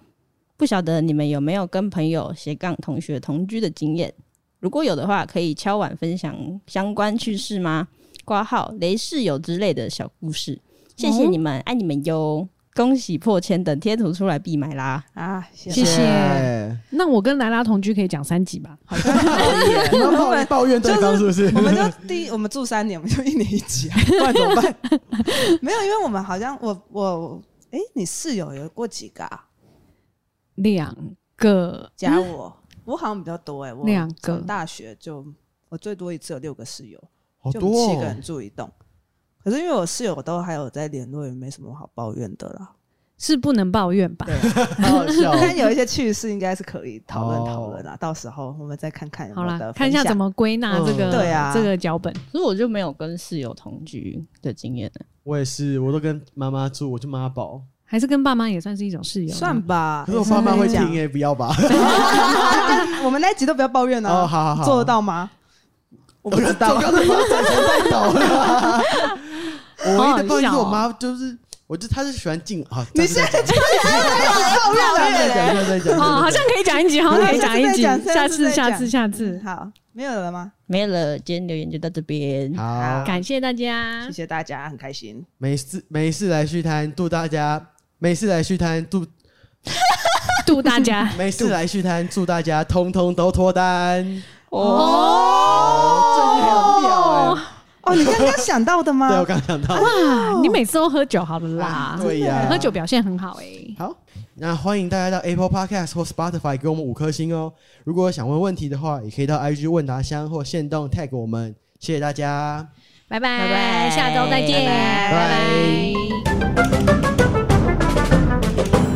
S4: 不晓得你们有没有跟朋友、斜杠同学同居的经验？如果有的话，可以敲碗分享相关趣事吗？挂号雷室友之类的小故事。谢谢你们，爱你们哟！恭喜破千，等贴图出来必买啦！
S1: 啊，谢
S2: 谢
S3: 哎
S2: 谢那我跟莱拉同居可以讲三集吧？
S1: 好像好耶
S3: 你们
S1: 我
S3: 抱
S1: 们
S3: 抱怨对方是不是？ (laughs)
S1: 我们就第一，我们住三年，我们就一年一集啊，不然怎么办？没有，因为我们好像我我哎、你室友有过几个啊？
S2: 两个
S1: 加我，
S3: 嗯
S1: 我好像比较多哎、我
S2: 两个
S1: 从大学就我最多一次有六个室友，
S3: 好
S1: 就我们
S3: 多
S1: 七个人 (laughs)
S3: 哦，
S1: 住一栋。可是因为我室友都还有在联络，也没什么好抱怨的啦。
S2: 是不能抱怨吧？
S3: 好好笑哦。
S1: 但有一些趣事应该是可以讨论
S3: 哦
S1: 讨论啊，到时候我们再看看有
S2: 好
S1: 没有
S2: 啦
S1: 的，
S2: 看一下怎么归纳这个、
S3: 嗯
S1: 对啊
S2: 这个脚本。
S4: 所以我就没有跟室友同居的经验了。
S3: 我也是，我都跟妈妈住，我就妈宝。
S2: 还是跟爸妈也算是一种室友呢，
S1: 算吧。
S3: 可是我爸妈会听
S1: 讲，
S3: 诶，不要吧？
S1: (laughs) 我们那一集都不要抱怨
S3: 哦，好
S1: 啊，
S3: 好好，
S1: 做得。到吗？我
S3: 我
S1: 不知道 (laughs)
S3: (laughs) 我，刚才把转身带倒了。我唯一的抱怨就是
S2: 好好笑哦
S3: 我妈，就是我就她是喜欢进啊。
S1: 你现在就是抱
S3: 再
S1: 怨了。
S3: 讲再讲，
S2: 哦，好像可以讲一集，
S1: (laughs)
S2: 好像可以讲一集，
S1: 好下
S2: 下
S1: 次再
S2: 次，
S1: 讲
S2: 下次，下次。
S1: 好，没有了吗？
S4: 没了，今天留言就到这边。
S3: 好，
S2: 感谢大家
S1: 谢，谢大家，很开心。
S3: 没事没事来续摊，祝大家没事来续摊，祝
S2: 祝大
S3: (laughs)
S2: 家
S3: 没事来续摊，祝大家通通都脱单。
S1: 哦，
S3: 很无聊哎，
S1: 哦，你刚刚想到的吗？
S3: 对我刚想到，
S2: 哇！你每次都喝酒好了啦，
S3: 对呀，
S2: 啊喝酒表现很好哎、
S3: 好，那欢迎大家到 Apple Podcast 或 Spotify 给我们五颗星哦。如果想问问题的话，也可以到 IG 问答箱或线动 tag 我们。谢谢大家。
S2: 拜
S4: 拜
S2: 拜
S4: 拜
S2: 下周再见，
S4: 拜
S3: 拜
S2: 拜拜